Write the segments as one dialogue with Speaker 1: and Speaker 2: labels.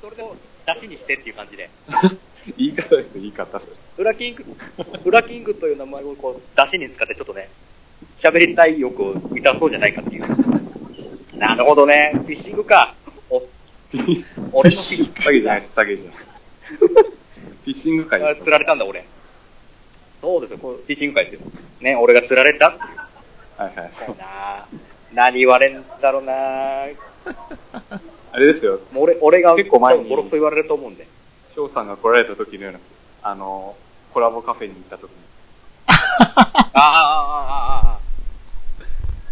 Speaker 1: それを出しにしてっていう感じで。
Speaker 2: 言い方ですよ、言い方。
Speaker 1: 裏キング、裏キングという名前をこう、出しに使ってちょっとね、喋りたい欲を満たそうじゃないかっていう。なるほどね。フィッシングか。お、
Speaker 2: フィ
Speaker 1: 俺のフィッシン
Speaker 3: シ
Speaker 2: 詐欺じゃないです、詐欺じゃない。フィッシング会
Speaker 1: グが
Speaker 2: です
Speaker 1: 釣られたんだ、俺。そうですよ、こうフィッシング会ですよ。ね、俺が釣られたっていう。
Speaker 2: はいはい。
Speaker 1: そうな何言われんだろうな
Speaker 2: あれですよ、
Speaker 1: もう俺、俺が
Speaker 2: 結構前に
Speaker 1: 多分ボロクソ言われると思うんで。
Speaker 2: 翔さんが来られた時のような、あの、コラボカフェに行った時に、
Speaker 1: ああ、ああ、ああ、あ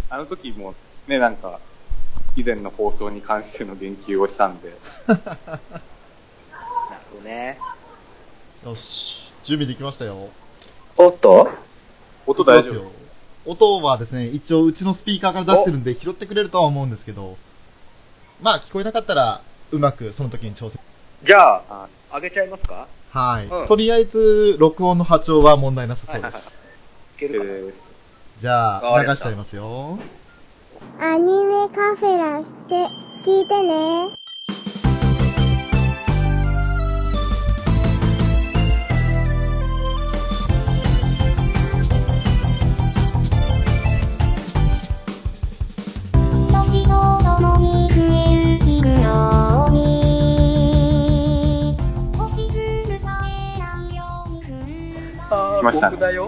Speaker 2: あの時もね、なんか、以前の放送に関しての言及をしたんで、
Speaker 1: あ。なるほどね。
Speaker 3: よし、準備できましたよ。
Speaker 1: おっと
Speaker 2: 音大丈夫
Speaker 3: いき
Speaker 2: で
Speaker 3: ま
Speaker 2: す
Speaker 3: すよ音はですね、一応うちのスピーカーから出してるんで拾ってくれるとは思うんですけど、まあ聞こえなかったら、うまくその時に調整。
Speaker 1: じゃあ、
Speaker 2: あ
Speaker 1: あげちゃいますか
Speaker 3: はい。
Speaker 1: うん
Speaker 3: とりあえず、録音の波長は問題なさそうです。
Speaker 1: はいはいいけるかな
Speaker 2: OK です。
Speaker 3: じゃあ、
Speaker 1: わかり
Speaker 3: 流
Speaker 1: ま
Speaker 3: し
Speaker 1: し
Speaker 3: ち
Speaker 1: た
Speaker 3: ゃいますよ。
Speaker 4: アニメカフェラって聞いてね。年とともに増える気分ように。星つぶされないように踏ん張る
Speaker 1: あ
Speaker 2: 来ましたね
Speaker 1: 僕だよ。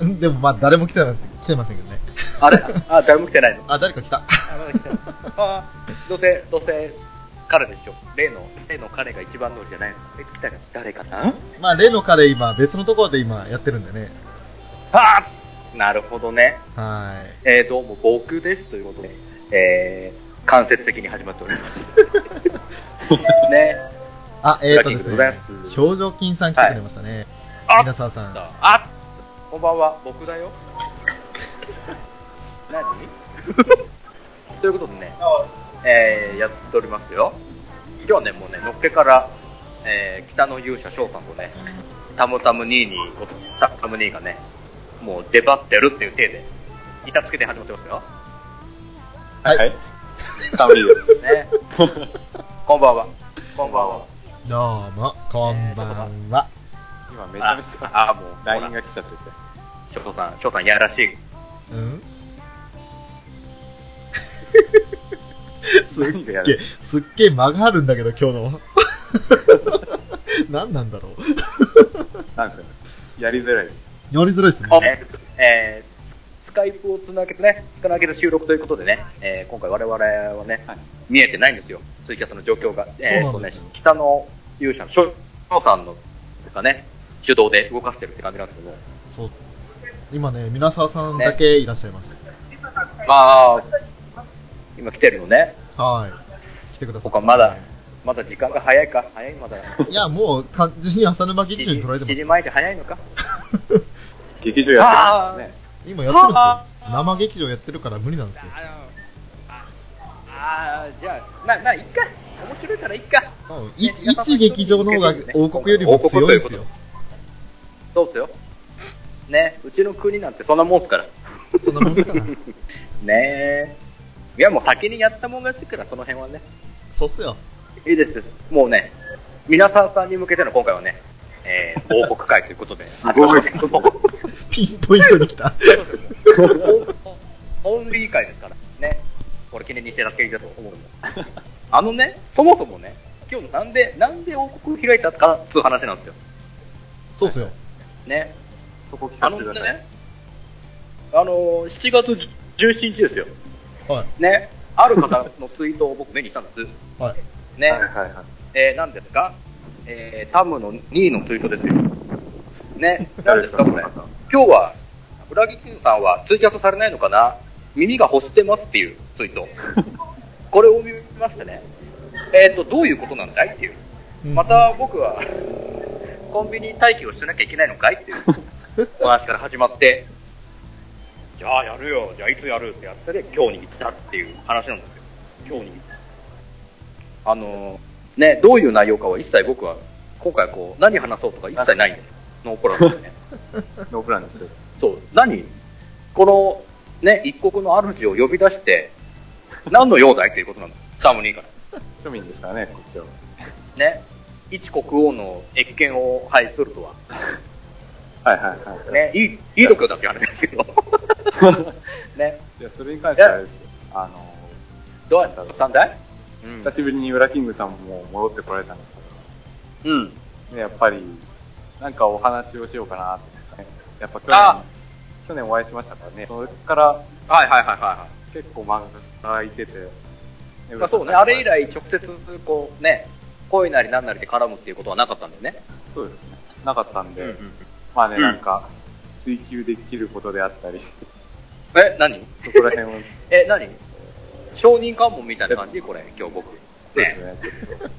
Speaker 3: うんでもまあ、誰も来てない来てませんけどね。
Speaker 1: あれあ、誰も来てないの
Speaker 3: あ、誰か来た。
Speaker 1: あまだ来てないあどうせ、どうせ、彼でしょ。例の、例の彼が一番乗りじゃないの。え、来たら誰かな
Speaker 3: まあ、例の彼今、別のところで今やってるんでね。
Speaker 1: あーなるほどね。
Speaker 3: は
Speaker 1: えー、どうも僕ですということで、えー、間接的に始まっており ます。ね。
Speaker 3: い。あ、えーと
Speaker 1: ラッキン
Speaker 3: で
Speaker 1: グで
Speaker 3: す
Speaker 1: ございま
Speaker 3: ね、
Speaker 1: す。
Speaker 3: 表情筋さん来てくれましたね。
Speaker 1: はいあ
Speaker 3: 皆沢さん。
Speaker 1: あこんばんは、僕だよ。 何 ということでね、えー、やっておりますよ。今日はね、もうね、のっけから、えー、北の勇者翔さんとね、タムタム兄に、タムタム兄がね、もう出張ってるっていう体で、板つけて始まってますよ。
Speaker 3: はい
Speaker 2: はい。ダメです。
Speaker 1: ね。こんばんは。こんばんは。
Speaker 3: どうも、こんばんは。
Speaker 2: 今めちゃめちゃ
Speaker 1: あ、あもう、
Speaker 2: LINE
Speaker 1: が。
Speaker 2: が来ちゃってて。
Speaker 1: 翔さん、翔さん、やらしい。
Speaker 3: うんすっ
Speaker 2: 何がや
Speaker 3: げえ
Speaker 2: る、
Speaker 3: すっげえ間があるんだけど、今日の。 何なんだろう。
Speaker 2: なんですかね。やりづらいです。
Speaker 3: やりづらいですね。
Speaker 1: ねえースカイプをつなげてね、つなげる収録ということでね、えー今回我々はね、
Speaker 2: はい
Speaker 1: 見えてないんですよ、ツイキャスの状況が。えー
Speaker 3: そう
Speaker 1: と
Speaker 3: なんで
Speaker 1: ね
Speaker 3: すよ、
Speaker 1: 北の勇者の翔さんの、がね、手動で動かしてるって感じなんですけども。
Speaker 3: そう。今ね、皆沢さんだけいらっしゃいます。
Speaker 1: ああ、今来てるのね。
Speaker 3: はい。来てください。
Speaker 1: 僕はまだまだ時間が早いか、早いまだ。
Speaker 3: いや、もう、単純に浅沼劇
Speaker 1: 7
Speaker 3: 中に
Speaker 1: 時
Speaker 3: 取られてま
Speaker 1: 7 時。前
Speaker 3: す
Speaker 1: って早いのか
Speaker 2: 劇場やってるんですね。
Speaker 3: 今やってますよ。生劇場やってるから無理なんですよ。
Speaker 1: ああー、じゃあ、まあまあ、いっか。面白いからいっか。
Speaker 3: うんい一劇場の方が王国よりも強いですよ。
Speaker 1: そうですよ。ね、うちの国なんてそんなもんっすから。
Speaker 3: そんなもんですから。
Speaker 1: ねえ。いや、もう先にやったもん勝ちから、その辺はね。
Speaker 3: そうっすよ。
Speaker 1: いいですです。もうね、皆さんさんに向けての今回はね、えー、王国会ということで。
Speaker 2: すごいですね
Speaker 3: ピンポイントに来た。
Speaker 1: オンリー会ですから。ね。これ記念にしていただけると思うの。あのね、そもそもね、今日なんで、なんで王国開いたかっつう話なんですよ。
Speaker 3: そうっすよ。
Speaker 1: ね。
Speaker 2: そこ聞
Speaker 1: あ
Speaker 2: かせ
Speaker 1: の
Speaker 2: てください。
Speaker 1: ね、あのー、7月17日ですよ。
Speaker 3: は
Speaker 1: ね、ある方のツイートを僕目にしたんです。
Speaker 3: い。はい。
Speaker 1: ね、
Speaker 2: はいはいはい。
Speaker 1: えー、何ですかえー、タムの2位のツイートですよ。ね、何
Speaker 2: 誰
Speaker 1: で
Speaker 2: ですす
Speaker 1: か
Speaker 2: か、
Speaker 1: こ
Speaker 2: こ
Speaker 1: れ
Speaker 2: れ。。
Speaker 1: 今日は、裏切りさんはツイキャスされないのかな耳が欲してますっていうツイート。これを見ましてね、えっ、ー、と、どういうことなんだいっていう。
Speaker 3: うん
Speaker 1: ま、た僕は、 コンビニ待機をしなきゃいけないのかいっていうお話から始まって、じゃあやるよ、じゃあいつやるってやったで、今日に行ったっていう話なんですよ。今日に。あのーね、どういう内容かは一切僕は、今回はこう、何話そうとか一切ないんです。ノープランですね。
Speaker 2: ノープランですけど。
Speaker 1: そう、何この、ね、一国の主を呼び出して、何の用だいっていうことなの。タムニーから。
Speaker 2: 庶民ですからね、こっちは。
Speaker 1: ね、一国王の謁見を、はい、するとは、
Speaker 2: はいはいはい。
Speaker 1: ね、いい、いい度胸だってあれです けど。ね、
Speaker 2: いや、それに関してはあれですよ。あの、
Speaker 1: どうやったんだいうん
Speaker 2: 久しぶりにウラキングさんも戻ってこられたんですけ
Speaker 1: うん。
Speaker 2: ど、ね、やっぱり、なんかお話をしようかなって思ってね。やっぱ去
Speaker 1: あ
Speaker 2: 年、去年お会いしましたからね。それから
Speaker 1: はいはいはいは
Speaker 2: 結構漫画が開いてて。
Speaker 1: い。まあ、そうね、あれ以。来直接、こうね、恋なりなんなりで絡むっていうことはなかったんだよね。
Speaker 2: そうですね。なかったんで、
Speaker 1: うん
Speaker 2: まあね、
Speaker 1: うん
Speaker 2: なんか、追求できることであったり、
Speaker 1: え、何
Speaker 2: そこら辺を、そう
Speaker 1: え、何承認喚問みたいな感じこれ、今日僕。
Speaker 2: ですね。ちょっ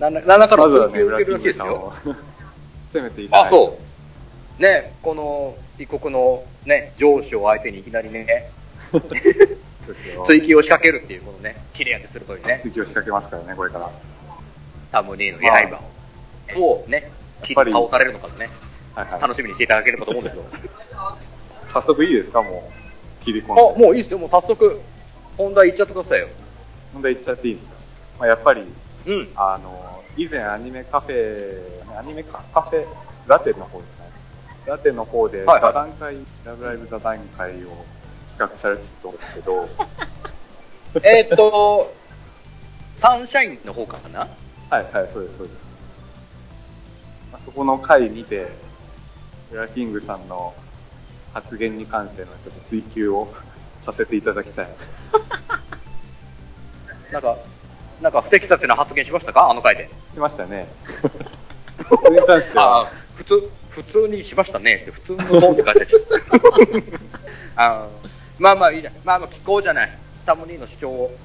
Speaker 1: なんら何らか
Speaker 2: とま
Speaker 1: の
Speaker 2: ずは
Speaker 1: 通
Speaker 2: ね、
Speaker 1: 知を受
Speaker 2: ウ
Speaker 1: け
Speaker 2: ラキ
Speaker 1: るらしいです
Speaker 2: ングさん
Speaker 1: よ。
Speaker 2: を 攻めていただい
Speaker 1: あ、
Speaker 2: て。
Speaker 1: そう。ね、この異国のね、上司を相手にいきなりね、
Speaker 2: そうですよ。
Speaker 1: 追及を仕掛けるっていうこのね、切れ味するというね、
Speaker 2: 追求を仕掛けますからね、これから。
Speaker 1: タムニーの刃を、をね、切り
Speaker 2: やっぱり
Speaker 1: 倒されるのかとね、
Speaker 2: はいはい。
Speaker 1: 楽しみにしていただければと思うんですけど。
Speaker 2: 早速いいですか、もう。切り込ん
Speaker 1: あ、
Speaker 2: で。
Speaker 1: もういいですよ、もう早速、本題いっちゃってくださいよ。
Speaker 2: 問題言っちゃっていいんですか、まあ、やっぱり、
Speaker 1: うん。
Speaker 2: あの、以前アニメカフェ、アニメカカフェ、ラテの方ですかね。ラテの方で、
Speaker 1: はいは
Speaker 2: 座
Speaker 1: い
Speaker 2: 談会、ラブライブ座談会を企画されてたんですけ ど、
Speaker 1: えーっと、サンシャインの方かな
Speaker 2: はいはい、そうです、そうです。まあ、そこの回見て、ウラキングさんの発言に関してのちょっと追求をさせていただきたい。
Speaker 1: なんか、なんか不適切な発言しましたかあの回で。
Speaker 2: しましたね。 それに関して
Speaker 1: あ
Speaker 2: は
Speaker 1: あ、、普通、普通にしましたねって、普通の方って書いてある。 あーまあまあいいじゃん。まあまあ聞こうじゃない。タモニーの主張を。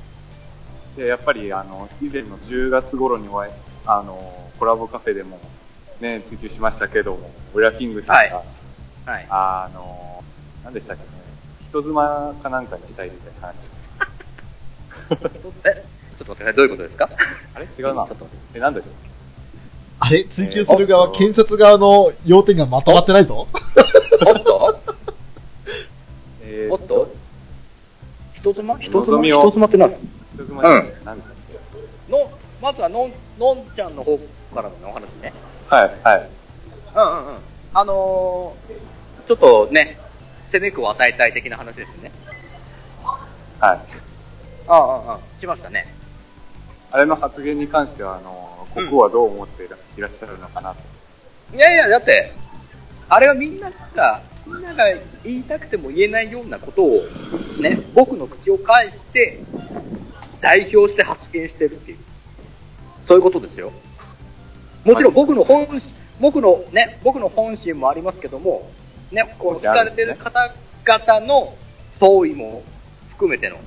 Speaker 2: でやっぱりあの以前の10月頃にはあのコラボカフェでも、ね、追求しましたけどもブラキングさんが、
Speaker 1: ははい。
Speaker 2: あの何でしたっけね人妻かなんかにしたいみたいな話
Speaker 1: え、ちょっと待ってください。どういうこと ですか
Speaker 2: あれ違うな
Speaker 1: ちょっと待っ
Speaker 2: え何でしたっ
Speaker 3: あれ追求する側、
Speaker 2: えー
Speaker 3: 検察側の要点がまとまってないぞ。
Speaker 1: ておっと
Speaker 2: け、えー
Speaker 1: おっと人妻人
Speaker 2: 望
Speaker 1: 妻
Speaker 2: みを
Speaker 1: 人妻って何ですか
Speaker 2: 人妻じゃないです何でしたっ
Speaker 1: の、まずはのん、のんちゃんの方からのねお話ね。
Speaker 2: けはいはい
Speaker 1: うんうんうん。あのー、ちょっとね、攻めくを与えたい的な話ですね。
Speaker 2: はい
Speaker 1: ああ、ああ、しましたね。
Speaker 2: あれの発言に関してはあの国王はどう思っていらっしゃるのかなと、
Speaker 1: いやいや、だって、あれはみんなが、みんなが言いたくても言えないようなことを、ね、僕の口を介して、代表して発言してるっていう。そういうことですよ。もちろん僕の本、僕のね、僕の本心もありますけども、ね、こう、聞かれてる方々の総意も含めての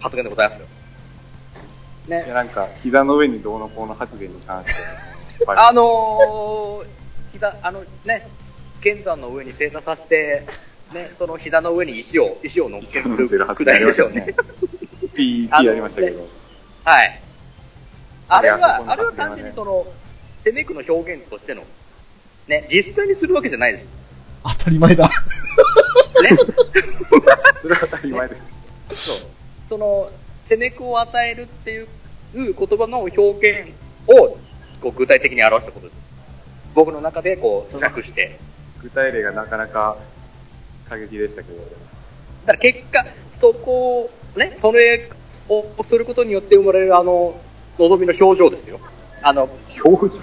Speaker 1: 発言でございますよ。
Speaker 2: いや
Speaker 1: ね、
Speaker 2: なんか膝の上にどうのこうの発言に関して はやっぱり
Speaker 1: あのー、膝、あのね、剣山の上に正座させ て、ね、その膝の上に石を、石を乗っける
Speaker 2: 一緒に乗せる
Speaker 1: く
Speaker 2: 発
Speaker 1: だ
Speaker 2: 言あ
Speaker 1: りで
Speaker 2: りま
Speaker 1: し
Speaker 2: し
Speaker 1: ょ
Speaker 2: た
Speaker 1: うね
Speaker 2: ね。ピー
Speaker 1: あ
Speaker 2: ピ
Speaker 1: の
Speaker 2: ーありましたけど
Speaker 1: はい。あれ
Speaker 2: いやそこ
Speaker 1: は、
Speaker 2: の
Speaker 1: あれは単純に
Speaker 2: 発
Speaker 1: その、攻めくの表現としての、ね、実際にするわけじゃないです。
Speaker 3: 当たり前だ。
Speaker 1: ね。
Speaker 2: それは当たり前です
Speaker 1: そう。その、攻めくを与えるっていう言葉の表現を、こう、具体的に表したことです。僕の中で、こう、咀嚼して。
Speaker 2: 具体例がなかなか過激でしたけど、
Speaker 1: だから結果、そこを、ね、それをすることによって生まれる、あの、望みの表情ですよ。あの、
Speaker 2: 表情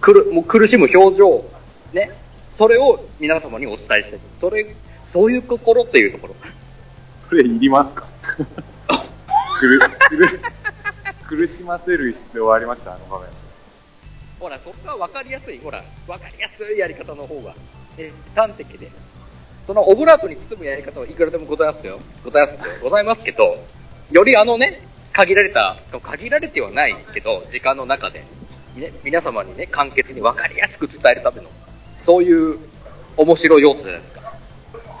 Speaker 1: くるもう苦しむ表情、ね、それを皆様にお伝えしたい。それ、そういう心っていうところ。
Speaker 2: それいりますか苦苦苦しませる必要はありました、あの場面。
Speaker 1: ほら、そこは分かりやすい、ほら、分かりやすいやり方の方が、え端的で、そのオブラートに包むやり方はいくらでもございますよ。ございますよ。ございますけど、よりあのね、限られた、限られてはないけど、時間の中で、ね、皆様にね、簡潔に分かりやすく伝えるための、そういう面白い要素じゃないですか。
Speaker 2: なんとも言えないですけどね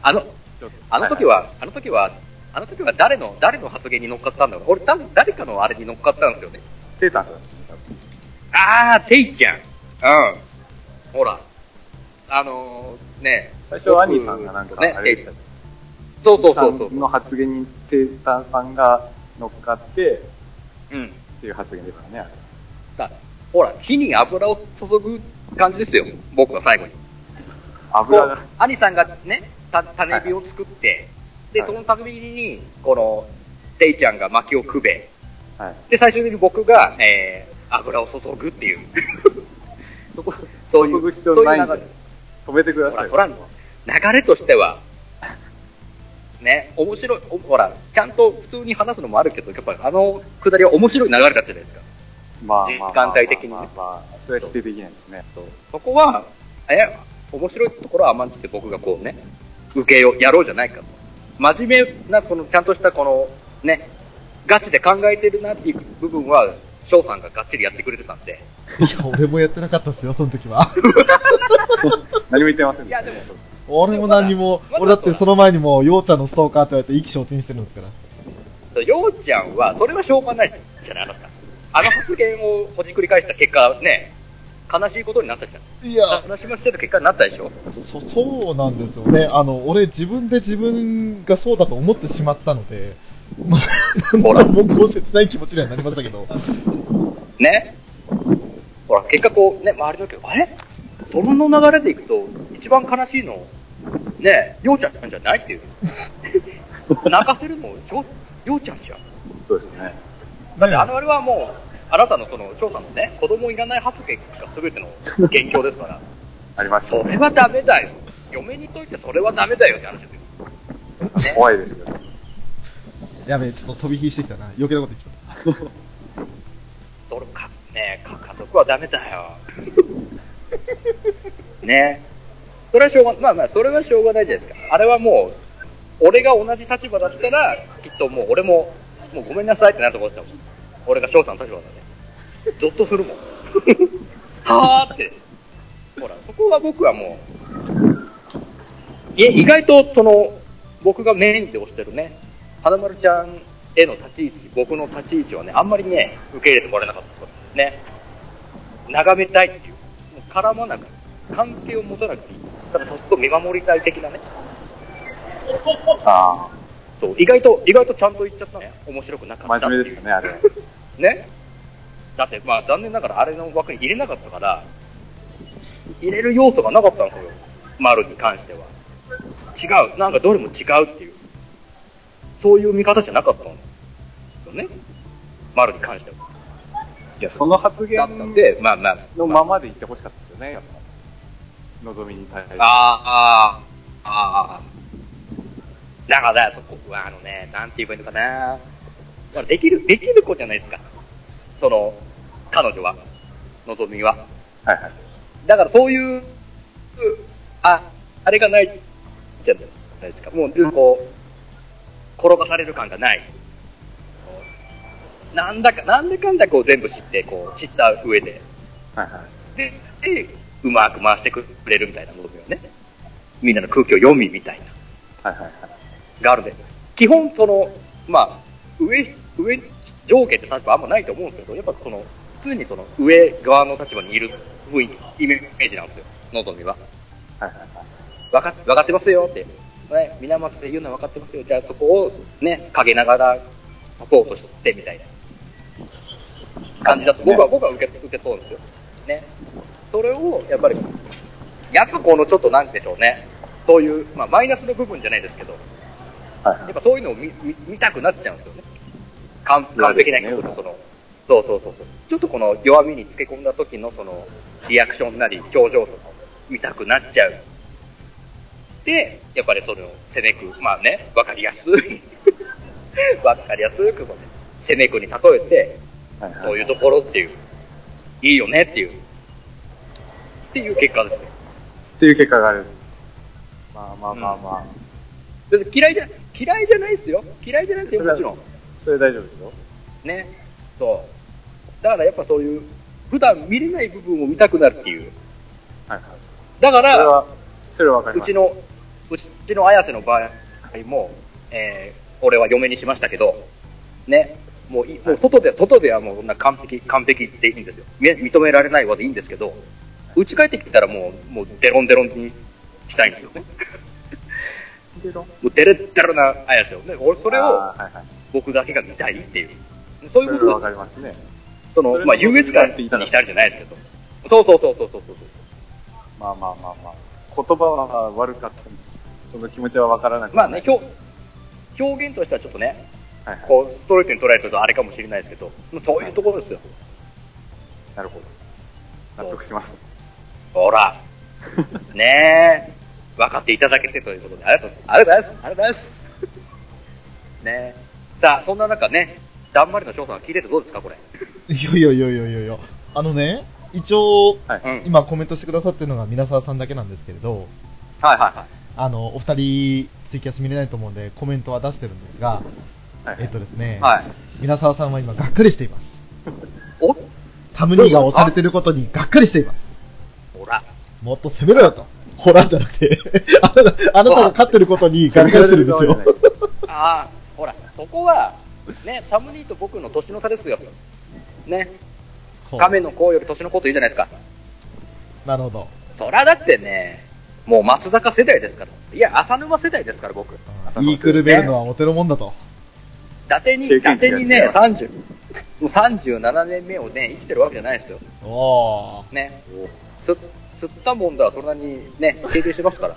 Speaker 1: あの、
Speaker 2: ちょっと
Speaker 1: あの時は、あの時は、あの時は誰の、誰の発言に乗っかったんだろう。俺多分誰かのあれに乗っかったんですよね。
Speaker 2: いテータンさんですね、多分
Speaker 1: あー、ていちゃん。うん。ほら。あのー、ね
Speaker 2: 最初はアニーさんがなんか、
Speaker 1: ね
Speaker 2: あれでしたね。
Speaker 1: そうそうそうそ
Speaker 2: アニーさ。
Speaker 1: うん
Speaker 2: の発言にテータンさんが乗っかって、
Speaker 1: うん。
Speaker 2: ていう発言でからね、あれ
Speaker 1: だほら、地に油を注ぐ感じですよ。僕は最後に。
Speaker 2: 油が、
Speaker 1: 兄さんがね、た種火を作って、で、
Speaker 2: はい
Speaker 1: その種火に、この、ていちゃんが薪をくべ、
Speaker 2: はい。
Speaker 1: で、最終的に僕が、えー、油を注ぐって いう、
Speaker 2: そこ、
Speaker 1: そういう
Speaker 2: 注ぐ必要ないんじ
Speaker 1: そ
Speaker 2: ゃ
Speaker 1: ういう
Speaker 2: ない
Speaker 1: 流
Speaker 2: 止めてくだ
Speaker 1: ほ
Speaker 2: さ
Speaker 1: ら、
Speaker 2: い
Speaker 1: そ。ら、流れとしては、ね、面白い、おほら、ちゃんと普通に話すのもあるけど、やっぱあのくだりは面白い流れだったじゃないですか。
Speaker 2: ま
Speaker 1: 時間帯的にね
Speaker 2: まあまあ、それは否定できないですね。
Speaker 1: そこは、え、面白いところは甘んじて僕がこうね、受けよう、やろうじゃないかと。真面目な、この、ちゃんとしたこの、ね、ガチで考えてるなっていう部分は、翔さんががっちりやってくれてたんで。
Speaker 3: いや、俺もやってなかったっすよ、その時は。
Speaker 2: 何も言ってませんでした
Speaker 1: い
Speaker 2: ね
Speaker 1: やで
Speaker 3: 俺も何にも
Speaker 1: ま、だ
Speaker 3: 俺だってその前にも、ようちゃんのストーカーって言われて意気消沈してるんですから。
Speaker 1: そうようちゃんは、それはしょうがないじゃない、あなた。あの発言をほじくり返した結果、ね、悲しいことになったじゃん。
Speaker 3: いや、
Speaker 1: 悲しませた結果になったでしょ。
Speaker 3: そ、そうなんですよね。あの、俺自分で自分がそうだと思ってしまったので、まあ、
Speaker 1: ほ
Speaker 3: な
Speaker 1: ら
Speaker 3: んともう切ない気持ちにはなりましたけ ど。
Speaker 1: ね。ほら、結果こう、ね、周りの人が、あれその流れでいくと、一番悲しいの、ね、りょうちゃんじゃないっていう。泣かせるの、しょりょうちゃんじゃん。
Speaker 2: そうですね。
Speaker 3: だ
Speaker 1: あのあれはもう、あなたのその、翔さんのね、子供いらない発言が全ての元凶ですから、
Speaker 2: ありまし
Speaker 1: そ
Speaker 2: た
Speaker 1: れ
Speaker 2: ね。
Speaker 1: はダメだよ。嫁にといてそれはダメだよって話ですよ。
Speaker 2: 怖いですよね。
Speaker 3: やべえ、ちょっと飛び火してきたな。余計なこと言っちゃっ
Speaker 1: それか、ねか家族はダメだよ。 ねそれはしょうが、まあまあ、それはしょうがないじゃないですか。あれはもう、俺が同じ立場だったら、きっともう俺も、もうごめんなさいってなるところですよ。俺が翔さんの立場だったらね。ゾッとするもん。 はーって。ほら、そこは僕はもう、いえ、意外とその、僕がメインで推してるね、花丸ちゃんへの立ち位置、僕の立ち位置はね、あんまりね、受け入れてもらえなかったからね、眺めたいっていう、もう絡まなく、関係を持たなくていい、ただずっと見守りたい的なね、
Speaker 2: あ
Speaker 1: そう、意外と、意外とちゃんと言っちゃったね、面白くなか
Speaker 2: あ、
Speaker 1: ったっ
Speaker 2: 真
Speaker 1: てい
Speaker 2: 面
Speaker 1: う
Speaker 2: 目ですよね、あれは。
Speaker 1: ね。だって、まあ、残念ながらあれの枠に入れなかったから、入れる要素がなかったんですよ、丸に関しては。違う、なんかどれも違うっていう、そういう見方じゃなかったんですよね、丸に関しては。
Speaker 2: いや、その発
Speaker 1: だ
Speaker 2: 言
Speaker 1: ったんで、まあまあ、
Speaker 2: のままで言ってほしかったですよね、やっぱ。望みに対して。
Speaker 1: ああ、ああ、ああ。だから、そこはあのね、なんて言えばいいのかな。まあ、できる、できる子じゃないですか。その、彼女は、のぞみは。
Speaker 2: はいはい。
Speaker 1: だからそういう、うあ、あれがないじゃないですか。もう、こう、転がされる感がない。なんだか、なんだかんだこう全部知って、こう、知った上で。
Speaker 2: はいはい。
Speaker 1: で、でうまく回してくれるみたいなことよね。みんなの空気を読みみたいな、
Speaker 2: はいはいはい。
Speaker 1: があるんで。基本、その、まあ、上、上、上下って立場あんまないと思うんですけど、やっぱその、常にその上側の立場にいる雰囲気、イメージなんですよ。のぞみは。
Speaker 2: はいはいはい。
Speaker 1: わか、わかってますよって。ね、皆まで言うのは分かってますよ。じゃあそこをね、陰ながらサポートしてみたいな感じだと、僕は、僕は受け、受け取るんですよ。ね。それを、やっぱり、やっぱこのちょっとなんでしょうね。そういう、まあマイナスの部分じゃないですけど、
Speaker 2: はいは
Speaker 1: やっ
Speaker 2: い。
Speaker 1: ぱそういうのを見見見たくなっちゃうんですよね。完完璧な人とその、そうそうそうそう。ちょっとこの弱みにつけ込んだ時のそのリアクションなり表情とかを見たくなっちゃう。で、やっぱりそれを攻めく、まあね、わかりやすい。 わかりやすくその攻めくに例えて、
Speaker 2: はいはい
Speaker 1: そういうところっていう、いいよねっていう、っていう結果ですね。
Speaker 2: っていう結果があれです。まあまあまあまあ。
Speaker 1: 別に嫌いじゃ、嫌いじゃないですよ。嫌いじゃないですよ、もちろん。
Speaker 2: それ大丈夫ですよ。
Speaker 1: ね。そう。だからやっぱそういう、普段見れない部分を見たくなるっていう。
Speaker 2: はいはい。
Speaker 1: だか
Speaker 2: それ
Speaker 1: ら、
Speaker 2: は、それはわかり
Speaker 1: う
Speaker 2: ま
Speaker 1: ち
Speaker 2: す。
Speaker 1: の、うちの綾瀬の場合も、えー俺は嫁にしましたけど、ね。もうい、もう外では、外ではもうこんな完璧、完璧っていいんですよ。み認められないわでいいんですけど、うち帰ってきたらもう、もうデロンデロンにしたいんですよね。もうデレッデロな綾瀬をね。俺、それ
Speaker 2: あ
Speaker 1: を
Speaker 2: ーはいはい。
Speaker 1: 僕だけが見たいっていう。そうい
Speaker 2: そうれ
Speaker 1: ことです
Speaker 2: はわかりますね。
Speaker 1: その、
Speaker 2: それ
Speaker 1: まあ、
Speaker 2: と同
Speaker 1: 優
Speaker 2: 時に
Speaker 1: 越感
Speaker 2: やって
Speaker 1: に
Speaker 2: いただく
Speaker 1: 浸るじゃないですけど。そうそうそうそうそうそう
Speaker 2: まあまあまあまあ。言葉は悪かったんです。その気持ちはわからなく
Speaker 1: まあ
Speaker 2: ない
Speaker 1: ね、表、表現としてはちょっとね、
Speaker 2: はいはい。
Speaker 1: こう、ストレートに捉えるとあれかもしれないですけど、もうそういうところですよ。
Speaker 2: なるほど。納得します。
Speaker 1: ほ ら。ねえ。分かっていただけてということで、ありがとうございます。ありがとうございます。ありがとうございます。ねえ。さあ、そんな中ね、だんまりの翔さんが聞いててどうですか、これ。
Speaker 3: いやいやいやいやいやいや。あのね、一応、
Speaker 1: うん。
Speaker 3: 今コメントしてくださってるのが皆沢さんだけなんですけれど、
Speaker 1: はいはいは
Speaker 3: あの、お二人、ツイキャス見れないと思うんで、コメントは出してるんですが、
Speaker 2: はいはい
Speaker 3: えっとですね、
Speaker 1: い。はい。
Speaker 3: 皆沢さんは今がっかりしています。
Speaker 1: お
Speaker 3: タムニーが押されてることにがっかりしています。
Speaker 1: ほら。
Speaker 3: もっと攻めろよと。ホラーじゃなくて、 あなた、あなたが勝ってることにがっかりしてるんですよ。
Speaker 2: よ。
Speaker 1: ああ、ほら、そこは、ね、タムニーと僕の年の差ですよ。ね、亀の子より年の子と言うじゃないですか。
Speaker 3: なるほど。
Speaker 1: そらだってね、もう松坂世代ですから。いや、浅沼世代ですから、僕。
Speaker 3: うん言いくるめるのはお手のもんだと。
Speaker 1: 伊達に、
Speaker 2: 経
Speaker 1: 伊
Speaker 2: 験値
Speaker 1: 達にね、
Speaker 2: が
Speaker 1: 30、もう37年目をね、生きてるわけじゃないですよ。
Speaker 3: おー。
Speaker 1: ね。す、吸ったもんだはそんなにね、経験してますから。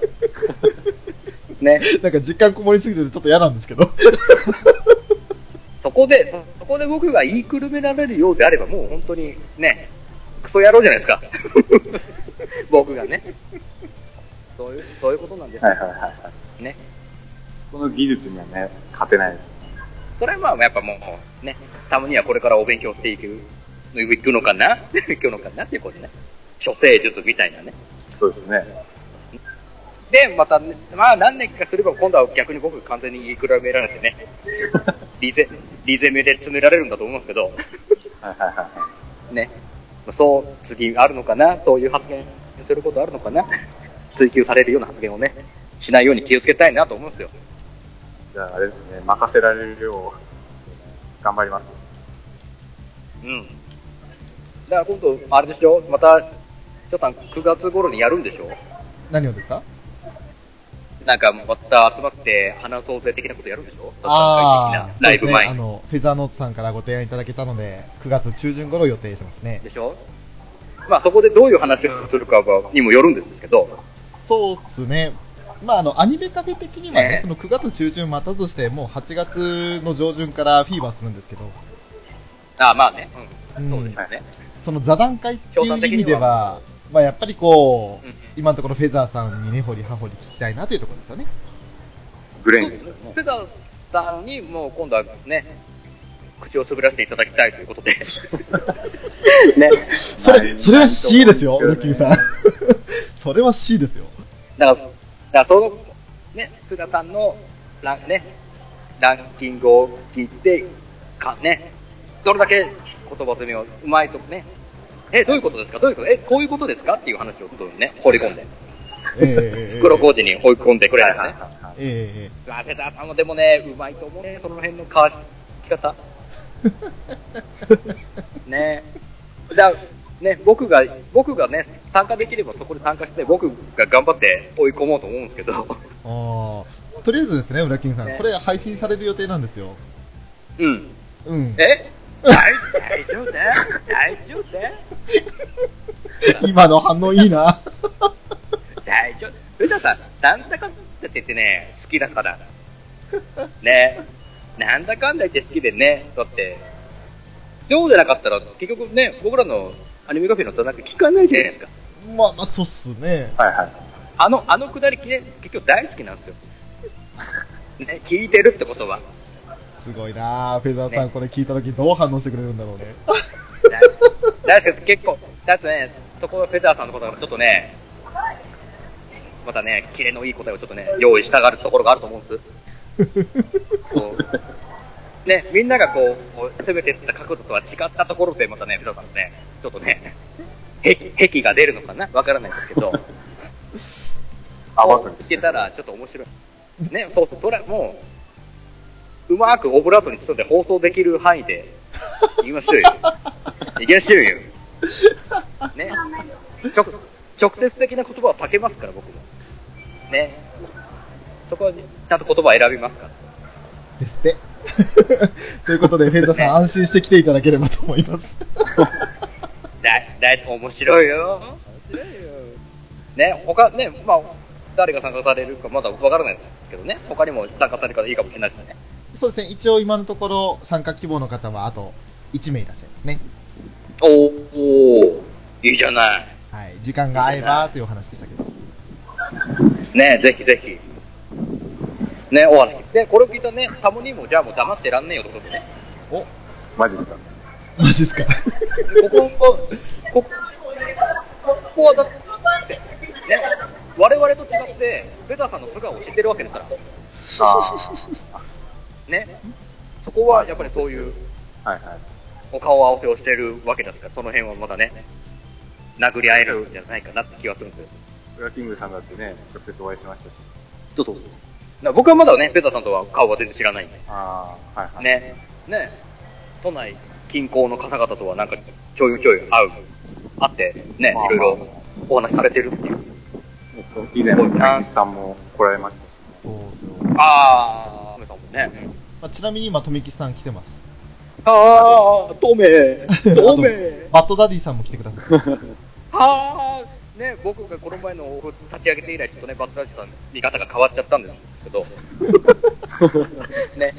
Speaker 1: ね。
Speaker 3: なんか実感こもりすぎててちょっと嫌なんですけど。
Speaker 1: そこで、そそこで僕が言いくるめられるようであれば、もう本当にね、クソ野郎じゃないですか。 僕がね。そういう、そういうことなんですよ。
Speaker 2: はいはいはいはい。
Speaker 1: ね。
Speaker 2: この技術にはね、勝てないです。
Speaker 1: それはまあ、やっぱもう、ね、たまにはこれからお勉強していく、いくのかな いくのかなっていうことね。処世術みたいなね。
Speaker 2: そうですね。
Speaker 1: で、またね、まあ何年かすれば今度は逆に僕完全に言いくるめられて ね、リゼ、リゼメで詰められるんだと思うんですけど、
Speaker 2: はいはいはいは
Speaker 1: ね、そう、次あるのかな、そういう発言することあるのかな、追求されるような発言をね、しないように気をつけたいなと思うんですよ。
Speaker 2: い。じゃああれですね、任せられるよう、頑張ります。
Speaker 1: うん。だから今度、あれでしょ、また、ちょっと9月頃にやるんでしょ
Speaker 3: 何をですか
Speaker 1: なんかまた集まって話そうぜ的なことやるんでしょ
Speaker 3: ああ、
Speaker 1: ライブ前
Speaker 3: そうです
Speaker 1: に。
Speaker 3: ね。あの、フェザーノートさんからご提案いただけたので、9月中旬頃予定してますね。
Speaker 1: でしょまあそこでどういう話をするかはにもよるんですけど、
Speaker 3: そうっすね。まあ、あの、アニメカフェ的にはね
Speaker 1: ね、
Speaker 3: その9月中旬待たずして、もう8月の上旬からフィーバーするんですけど、
Speaker 1: あまあね、
Speaker 3: う
Speaker 1: うんん、そうでしょうね。
Speaker 3: その座談会っていう
Speaker 1: 協賛的
Speaker 3: 意
Speaker 1: には
Speaker 3: 味では、まあ、やっぱりこう、
Speaker 1: うん
Speaker 3: 今のところフェザーさんに根掘り葉掘り聞きたいなというところですよね。
Speaker 2: ブレインですよね。
Speaker 1: ペザーさんにもう今度はね、口を滑らせていただきたいということで。 ね。
Speaker 3: そ
Speaker 2: は
Speaker 3: れ、
Speaker 2: い
Speaker 3: それは C ですよ、
Speaker 2: そう
Speaker 3: ル
Speaker 2: です
Speaker 3: ッキ
Speaker 2: け
Speaker 3: ー
Speaker 2: どね
Speaker 3: さん。 それは C ですよ。
Speaker 1: だから、だからその、ね、福田さんのラン,、ね、ランキングを聞いて、かね、どれだけ言葉詰めをうまいとこね、え、どういうことですかどういうことえ、こういうことですかっていう話をどんどんね、放り込んで、
Speaker 3: ええええええ
Speaker 1: 袋小路に追い込んでくれるのね。
Speaker 2: は
Speaker 3: えええ
Speaker 1: うわペザーさんもでもね、うまいと思うね、その辺のかわし 方。ねえ。だね、僕が、僕がね、参加できればそこで参加して、僕が頑張って追い込もうと思うんですけど。
Speaker 3: えああとりあえずですね、裏金さん、
Speaker 1: ね
Speaker 3: これ配信される予定なんですよ。
Speaker 1: うん。
Speaker 3: うん。
Speaker 1: え 大大丈夫だ大丈夫だ
Speaker 3: 今の反応いいな。
Speaker 1: 大丈夫。ふださん、なんだかんだって言ってね、好きだから。ねなんだかんだ言って好きでね、だって、そうじゃなかったら、結局ね、僕らのアニメカフェの座なんか聞かないじゃないですか。
Speaker 3: まあまあ、そうっすね。
Speaker 2: いはい。
Speaker 1: あの、あのくだり、ね、結局大好きなんですよ。ね、聞いてるってことは。
Speaker 3: すごいなあフェザーさん、
Speaker 1: ね
Speaker 3: これ聞いた時どう反応してくれるんだろう ね。
Speaker 1: 大大好きです、結構。だってね、そこはフェザーさんのことだから、ちょっとね、またね、キレのいい答えをちょっとね、用意したがるところがあると思うんです。こうね、みんながこう、こう攻めてった角度とは違ったところで、またね、フェザーさんのね、ちょっとね、へき、へきが出るのかなわからないんですけど、
Speaker 2: 暴くんで
Speaker 1: 聞
Speaker 2: す
Speaker 1: け
Speaker 2: ね。
Speaker 1: たらちょっと面白い。ね、そうそう、それはもう、うまくオブラートに包んで放送できる範囲で、言いましょうよ。いきましょうよ。ね。ちょ直接的な言葉は避けますから、僕も。ね。そこは、ちゃんと言葉を選びますから。
Speaker 3: ですって。 ということで、フェンザさん安心して来ていただければと思います。
Speaker 1: だ、だい、面白いよ。ね、他、ね、まあ、誰が参加されるかまだわからないですけどね。他にも参加される方いいかもしれないですね。
Speaker 3: そうですね、一応今のところ参加希望の方はあと1名いらっしゃいますね。
Speaker 1: おおいいじゃない。
Speaker 3: はい、時間が合えばというお話でしたけど。
Speaker 1: ねぜひぜひ。ねお話聞いて。で、これを聞いたね、タモにも、じゃあもう黙ってらんねえよってことでね。
Speaker 2: マジっすか
Speaker 3: マジっ すか
Speaker 1: ここ、ここ、ここはだって、ね、我々と違って、ベタさんの素顔を知ってるわけですから。
Speaker 2: あ
Speaker 1: ね。そこはやっぱりそういう
Speaker 2: あ、はいはい。
Speaker 1: お顔合わせをしてるわけですから、その辺はまだね、殴り合えるんじゃないかなって気はするんですよ。
Speaker 2: ウラキングさんだってね、直接お会いしましたし。
Speaker 1: どうぞどうぞ。な僕はまだね、ペタさんとは顔は全然知らないんで。
Speaker 2: ああ、はいはい。
Speaker 1: ね。ね。都内近郊の方々とはなんか、ちょいちょい会う、会って、ね
Speaker 2: まあ、
Speaker 1: いろいろお話しされてるっていう。
Speaker 2: えっと、以前、
Speaker 1: すごいな
Speaker 2: 大吉さんも来られましたし、
Speaker 3: そうそう。
Speaker 1: あー、メさんもね。
Speaker 3: まあ、ちなみに今、富吉さん来てます。
Speaker 1: あー、透 明
Speaker 3: 透明バッドダディさんも来てください。
Speaker 1: はーね、僕がこの前のオフ立ち上げて以来、ちょっとね、バットラジさん、見方が変わっちゃったんですけ ど、ね、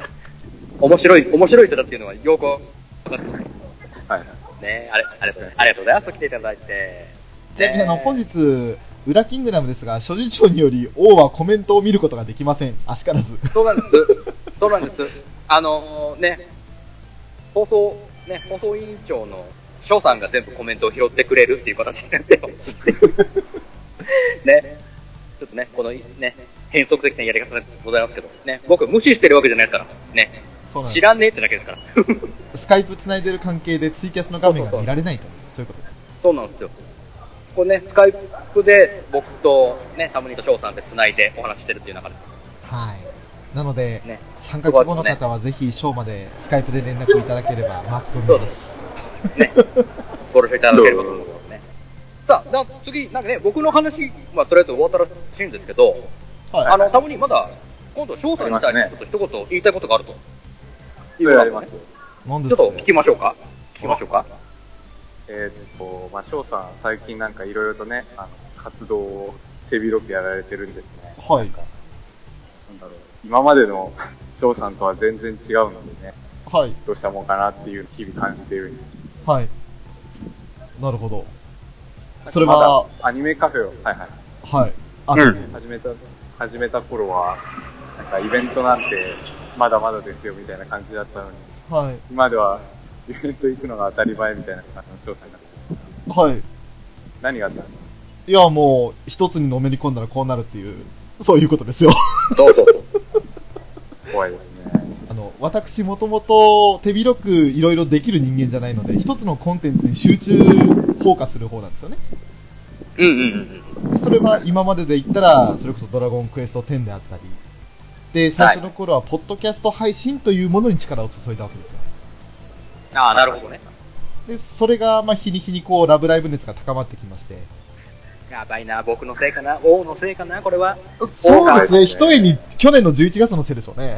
Speaker 1: 面白い、面白い人だっていうのは、よく分かってます
Speaker 2: はいはい。
Speaker 1: ね、あれ、ありがとうございます。ありがとうございます。来ていただいて。
Speaker 3: ちなみにあの、
Speaker 1: ね
Speaker 3: 本日、裏キングダムですが、諸事情により、王はコメントを見ることができません。あしからず。
Speaker 1: そうなんです。そうなんです。あのね、放送、ね、放送委員長の翔さんが全部コメントを拾ってくれるっていう形になってますっていう。ね、ちょっとね、このね、変則的なやり方でございますけど、ね、僕無視してるわけじゃないですから、ね、
Speaker 3: そうなん
Speaker 1: 知
Speaker 3: で
Speaker 1: らねえってだけですから。
Speaker 3: す。スカイプ繋いでる関係でツイキャスの画面が見られないと。そういうことです。
Speaker 1: そうなんですよ。これね、スカイプで僕とね、タムニと翔さんで繋いでお話ししてるっていう中で、
Speaker 3: はい。なので、
Speaker 1: ね、
Speaker 3: 参加希望の方はぜひ、ショーまでスカイプで連絡いただければ、マックミです。
Speaker 1: ご了承いただければと思いますね。さあ、な次、なんかね、僕の話、まあ、とりあえず終わったらしいんですけど、
Speaker 3: はい。
Speaker 1: あの、たまにまだ、今度、翔さんに対してちょっと一言言いたいことがあると。
Speaker 2: いろいろありますよ。
Speaker 3: なんで
Speaker 1: ちょ
Speaker 3: す
Speaker 1: っ
Speaker 3: か
Speaker 1: と聞きましょうか。聞きましょうか。
Speaker 2: えっと、まあ、翔さん、最近なんかいろいろとね、あの、活動を手広くやられてるんですね。
Speaker 3: はい。
Speaker 2: なんだろう。今までの 翔さんとは全然違うのでね、
Speaker 3: はい。
Speaker 2: どうしたもんかなっていう日々感じているんです。
Speaker 3: はい。なるほど。それ
Speaker 2: ま
Speaker 3: は、
Speaker 2: だアニメカフェを、はいはい。
Speaker 3: はい。あ
Speaker 1: う
Speaker 2: 始めた、始めた頃は、なんかイベントなんて、まだまだですよみたいな感じだったのに、
Speaker 3: はい。
Speaker 2: 今では、イベント行くのが当たり前みたいな話の正体になって、
Speaker 3: はい。
Speaker 2: 何があったんですか
Speaker 3: いや、もう、一つにのめり込んだらこうなるっていう、そういうことですよ。
Speaker 1: そうそうそう。
Speaker 2: 怖いですね。
Speaker 3: あの、私もともと手広くいろいろできる人間じゃないので、一つのコンテンツに集中フォーカスする方なんですよね。
Speaker 1: うんうんうん
Speaker 3: それは今までで言ったら、それこそドラゴンクエスト10であったり、で、最初の頃はポッドキャスト配信というものに力を注いだわけですよ。
Speaker 1: うん。ああ、なるほどね。
Speaker 3: で、それが、まあ、日に日にこう、ラブライブ熱が高まってきまして、
Speaker 1: やばいな、僕のせいかな、王のせいかな、これは。
Speaker 3: そうですね、
Speaker 2: 多
Speaker 3: 一
Speaker 2: い
Speaker 3: 重に去年の11月のせいでしょうね。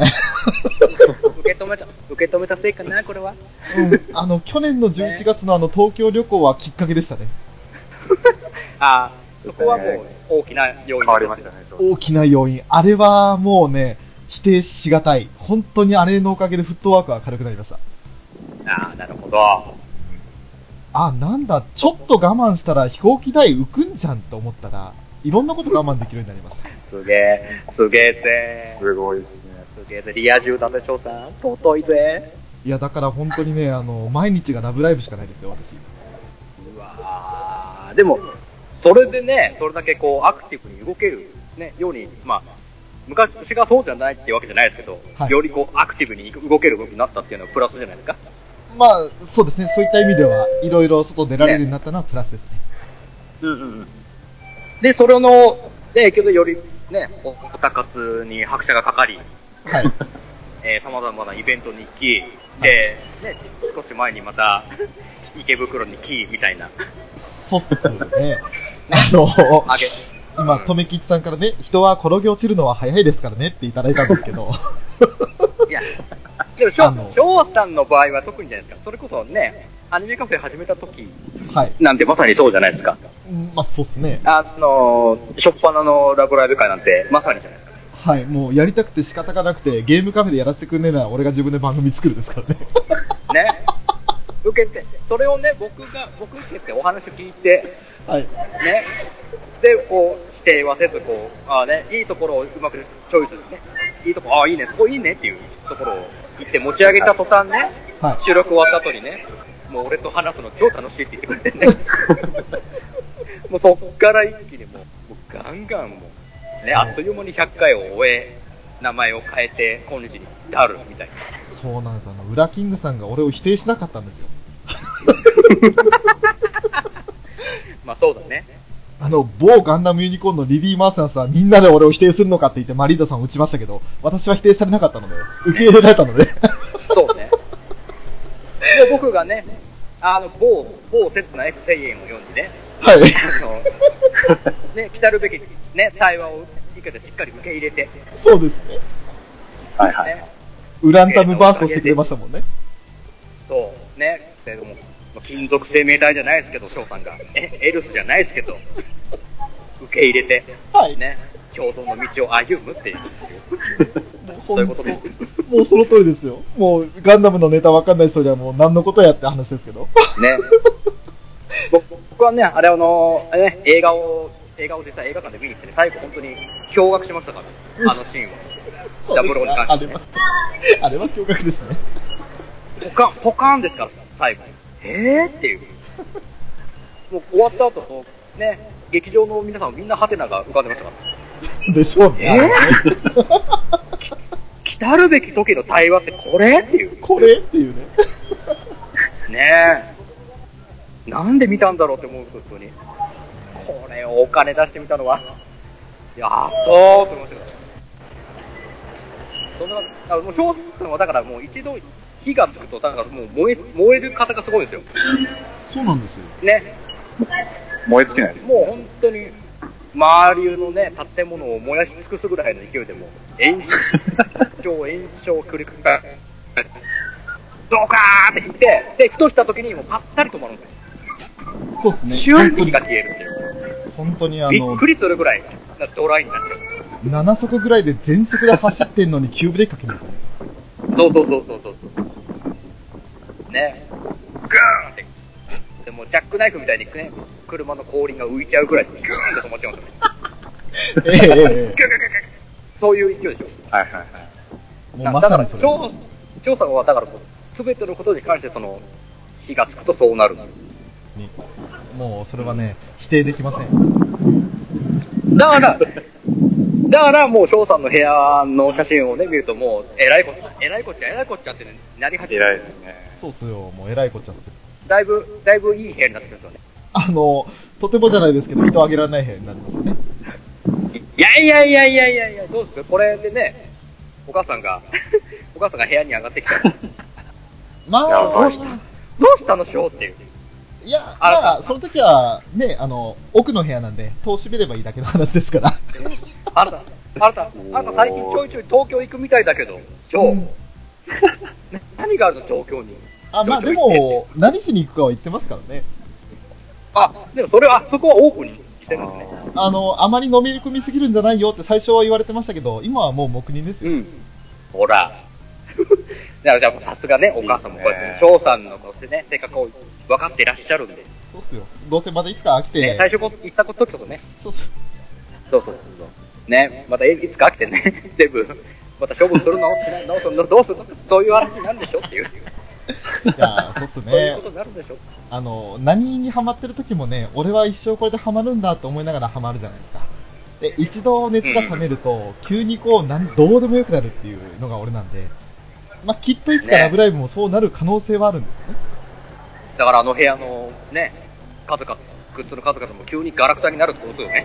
Speaker 1: 受け止めた、受け止めたせいかな、これは。
Speaker 3: うん、 あの、去年の11月のあの、東京旅行はきっかけでしたね。
Speaker 1: ああ、そこはもう大きな要因
Speaker 2: 変わりましたね、正直。
Speaker 3: 大きな要因。あれはもうね、否定しがたい。本当にあれのおかげでフットワークは軽くなりました。
Speaker 1: ああ、なるほど。
Speaker 3: あ、なんだ、ちょっと我慢したら飛行機代浮くんじゃんと思ったら、いろんなこと我慢できるようになりました。
Speaker 1: すげえ、すげえぜ。す
Speaker 2: すごいですね。
Speaker 1: げえぜ、リア充だぜ、翔さん。尊いぜ。
Speaker 3: いや、だから本当にね、あの、毎日がラブライブしかないですよ、私。
Speaker 1: うわーでも、それでね、それだけこうアクティブに動ける、ね、ように、まあ、昔がそうじゃないってわけじゃないですけど、
Speaker 3: はい
Speaker 1: よりこうアクティブに動けるようになったっていうのはプラスじゃないですか。
Speaker 3: まあ、そうですね、そういった意味では、いろいろ外出られるようになったのはプラスですね。
Speaker 1: で、それの、ね、影響でより、ね、おオタ活に拍車がかかり、
Speaker 3: はい。
Speaker 1: えー、様々なイベントに行き、で、ね、少し前にまた、 池袋に来、みたいな。
Speaker 3: そうっすね。あの、
Speaker 1: あげ、
Speaker 3: 今、とめきちさんからね、人は転げ落ちるのは早いですからねっていただいたんですけど、
Speaker 1: いや、でも、し
Speaker 3: あの
Speaker 1: ょ翔さんの場合は特にじゃないですか。それこそね、アニメカフェ始めた時
Speaker 3: はい。
Speaker 1: なんてまさにそうじゃないですか。
Speaker 3: うんまあ、そうっすね。
Speaker 1: あの、しょっぱなのラブライブ会なんてまさにじゃないですか。
Speaker 3: はい。もう、やりたくて仕方がなくて、ゲームカフェでやらせてくんねえなら、俺が自分で番組作るですからね。
Speaker 1: ね。受けて、それをね、僕が、僕受けてお話聞いて、
Speaker 3: はい。
Speaker 1: ね。で、こう、指定はせず、こう、ああね、いいところをうまくチョイスしてね。いいとこ、ああ、いいね、そこいいねっていうところを言って持ち上げた途端ね、
Speaker 3: はい。
Speaker 1: 収録終わった後にね、もう俺と話すの超楽しいって言ってくれてね。もうそっから一気にもう、もうガンガンもう、ね、あっという間に100回を終え、名前を変えて、今日に至るみたいな。
Speaker 3: そうなんです。あの、ウラキングさんが俺を否定しなかったんですよ。
Speaker 1: まあそうだね。
Speaker 3: あの、某ガンダムユニコーンのリリー・マーサンさんはみんなで俺を否定するのかって言ってマリーダさんを打ちましたけど、私は否定されなかったので、受け入れられたので。
Speaker 1: そうね。で、僕がね、あの、某、某刹那 F1000 円を読んでね、
Speaker 3: はい。
Speaker 1: あ のね、来たるべき、ね、対話を受けてしっかり受け入れて、
Speaker 3: そうですね。
Speaker 2: はいはい。
Speaker 1: ね、
Speaker 3: ウランタムバーストしてくれましたもんね。
Speaker 1: そう、ね、でも、金属生命体じゃないですけど、翔さんが、え、エルスじゃないですけど、受け入れて、
Speaker 3: はい。
Speaker 1: ね、共存の道を歩むっていう、
Speaker 3: もう
Speaker 1: そういうこと
Speaker 3: 本
Speaker 1: です。ね、
Speaker 3: 当もうその通りですよ。もう、ガンダムのネタわかんない人にはもう何のことやって話ですけど。
Speaker 1: 僕僕はね、あれあの、あれね、映画を、映画を実際映画館で見に行って、ね、最後本当に驚愕しましたから、あのシーンは。
Speaker 3: そうで
Speaker 1: ダ
Speaker 3: す
Speaker 1: ブルオーに関
Speaker 3: あ
Speaker 1: して
Speaker 3: れ
Speaker 1: ね
Speaker 3: は、あれは驚愕ですね。
Speaker 1: ポカン、ポカンですから、最後。えーっていう。もう終わった後、ね、劇場の皆さんみんなハテナが浮かんでましたから。
Speaker 3: でしょうね。
Speaker 1: 来たるべき時の対話ってこれっていう。
Speaker 3: これっていうね。
Speaker 1: ねえ。なんで見たんだろうって思う、本当に。これをお金出してみたのは。いやー、そうって思いましたけど。そんな、あもう、翔さんはだからもう一度火がつくと、だからもう燃え、燃える方がすごいですよ。
Speaker 3: そうなんですよ。
Speaker 1: ね。
Speaker 2: 燃え尽きないです。
Speaker 1: もう本当に周りのね建物を燃やし尽くすぐらいの勢いでもう延 焼延焼を繰り返してドカーって切ってでふとした時にもうパッタリ止まるんですよ
Speaker 3: そうっすね。
Speaker 1: 瞬時に火が消えるっていう
Speaker 3: 本当にあ
Speaker 1: びっ
Speaker 3: の
Speaker 1: く、りするぐらいなドライになっちゃう
Speaker 3: 7速ぐらいで全速で走ってんのにキューブでかけるんですよね。
Speaker 1: そうそうそうそうそうそうねグーンってでもうジャックナイフみたいにね車の後輪が浮いちゃうぐらいグーンって止まっちゃうんですよねグーグーグ
Speaker 3: えええええ
Speaker 1: ーグーグーそういう勢いでしょ
Speaker 2: はいはいはい。
Speaker 3: え。もう
Speaker 1: な
Speaker 3: ま
Speaker 1: だか
Speaker 3: さ
Speaker 1: ら、
Speaker 3: にそれ。
Speaker 1: 翔翔さんはだからこう、すべてのことに関して、その、火がつくとそうなる。
Speaker 3: にもうそれはね、否定できません。
Speaker 1: だから、だからもう翔さんの部屋の写真をね、見るともう、えらいこっちゃ、えらいこっちゃ、えらいこっちゃって、ね、なり始め
Speaker 2: 偉い
Speaker 1: る
Speaker 2: で。すね。
Speaker 3: そうっすよ、もう偉いこっちゃっすよ。
Speaker 1: だいぶ、だいぶいい部屋になってきましたね。
Speaker 3: あの、とてもじゃないですけど、人をあげられない部屋になりましたね。
Speaker 1: いやいやいやいやいやいや、どうですかこれでね、お母さんが、 お母さんが部屋に上がって きたら、
Speaker 3: ま
Speaker 2: やば
Speaker 1: ど
Speaker 3: あ
Speaker 1: う、したどうしたの翔っていう。
Speaker 3: いや、
Speaker 1: あら
Speaker 3: まあ、その時は、ね、あの、奥の部屋なんで、戸を閉めればいいだけの話ですから。
Speaker 1: あなた、あなた、あなた最近ちょいちょい東京行くみたいだけど、翔、
Speaker 3: うん
Speaker 1: 何があるの東京に。
Speaker 3: あ、まあ
Speaker 1: ちょ
Speaker 3: で
Speaker 1: いちょい
Speaker 3: も、何しに行くかは言ってますからね。
Speaker 1: あ、でもそれは、あそこはオープンにしてるんですね。
Speaker 3: あの、あまりのめり込みすぎるんじゃないよって最初は言われてましたけど、今はもう黙認ですよ。
Speaker 1: うん。ほら。 だからじゃあさすがね、お母さんもこうやっ
Speaker 2: いい
Speaker 1: て
Speaker 2: で
Speaker 1: ね、
Speaker 2: すね
Speaker 1: 翔さんのこうね、性格を分かっていらっしゃるんで、ね
Speaker 3: そうっすよ。どうせまたいつか飽きて、
Speaker 1: 最初こう行ったこととね、
Speaker 3: そうっす
Speaker 1: どうぞどうぞ。ね、またいつか飽きてね、 全部、また処分するのしないのそんなどうするのそういう話になるんでしょっていう、
Speaker 3: いや、そうっす
Speaker 1: そういう
Speaker 3: ね
Speaker 1: こ。とになるんでしょ
Speaker 3: あの、何にハマってる時もね、俺は一生これでハマるんだと思いながらハマるじゃないですか。で、一度熱が冷めると、急にこう、なん、どうでもよくなるっていうのが俺なんで、まあ、きっといつか
Speaker 1: ね
Speaker 3: ラブライブもそうなる可能性はあるんですよね。
Speaker 1: だからあの部屋のね、数々、グッズの数々も急にガラクタになるってことよね。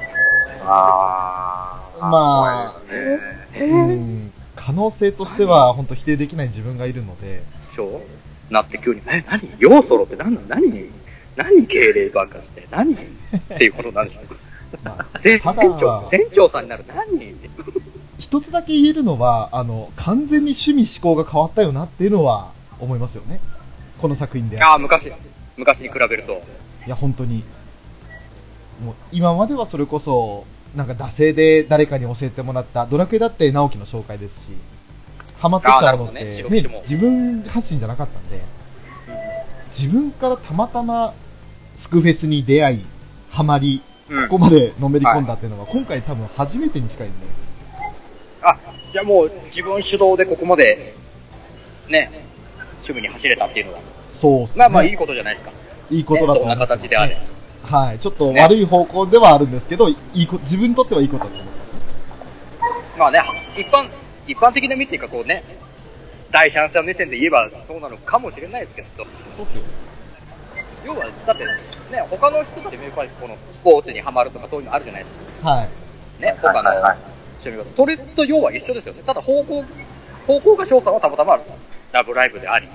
Speaker 2: あー。
Speaker 3: まあ
Speaker 2: 怖いですね
Speaker 3: うん、可能性としては、本当否定できない自分がいるので、
Speaker 1: そうなって急に、え、何要ソロって何なの何何敬礼ばっかして、何っていうことなんでしょう。
Speaker 3: まあ、
Speaker 1: 船
Speaker 3: ただ
Speaker 1: 長、船長さんになる、何って。
Speaker 3: 一つだけ言えるのは、あの、完全に趣味思考が変わったよなっていうのは思いますよね。この作品で。
Speaker 1: ああ、昔、昔に比べると。
Speaker 3: いや、本当に。もう、今まではそれこそ、なんか、惰性で誰かに教えてもらった、ドラクエだって直樹の紹介ですし、ハマってきたものって、
Speaker 1: あーなる
Speaker 3: ね
Speaker 1: ほどね白くても
Speaker 3: 自分発信じゃなかったんで、自分からたまたまスクフェスに出会い、ハマり、
Speaker 1: う
Speaker 3: ここまでのめり込んだっていうのは、今回多分初めてに近いんで、
Speaker 1: あ、じゃあもう自分主導でここまで、ね、趣味に走れたっていうのは。
Speaker 3: そうっすね。
Speaker 1: まあまあいいことじゃないですか。
Speaker 3: いいことだ
Speaker 1: ど
Speaker 3: と
Speaker 1: ん
Speaker 3: 思い
Speaker 1: な
Speaker 3: ます
Speaker 1: 形であれ。
Speaker 3: はい、ちょっと
Speaker 1: ね
Speaker 3: 悪い方向ではあるんですけど、いいこ自分にとってはいいことだと思います。
Speaker 1: まあね、一般、一般的な見っていうかこうね、第三者目線で言えばそうなのかもしれないですけど、
Speaker 3: そうっすよ。
Speaker 1: 要は、だってね、他の人ってやっぱりこのスポーツにはまるとかそういうのあるじゃないですか。
Speaker 3: はい。
Speaker 1: ね、他の
Speaker 2: はいはいはい
Speaker 1: 趣味が。それと要は一緒ですよね。ただ方向、方向が翔さんはたまたまある。ラブライブであり。っ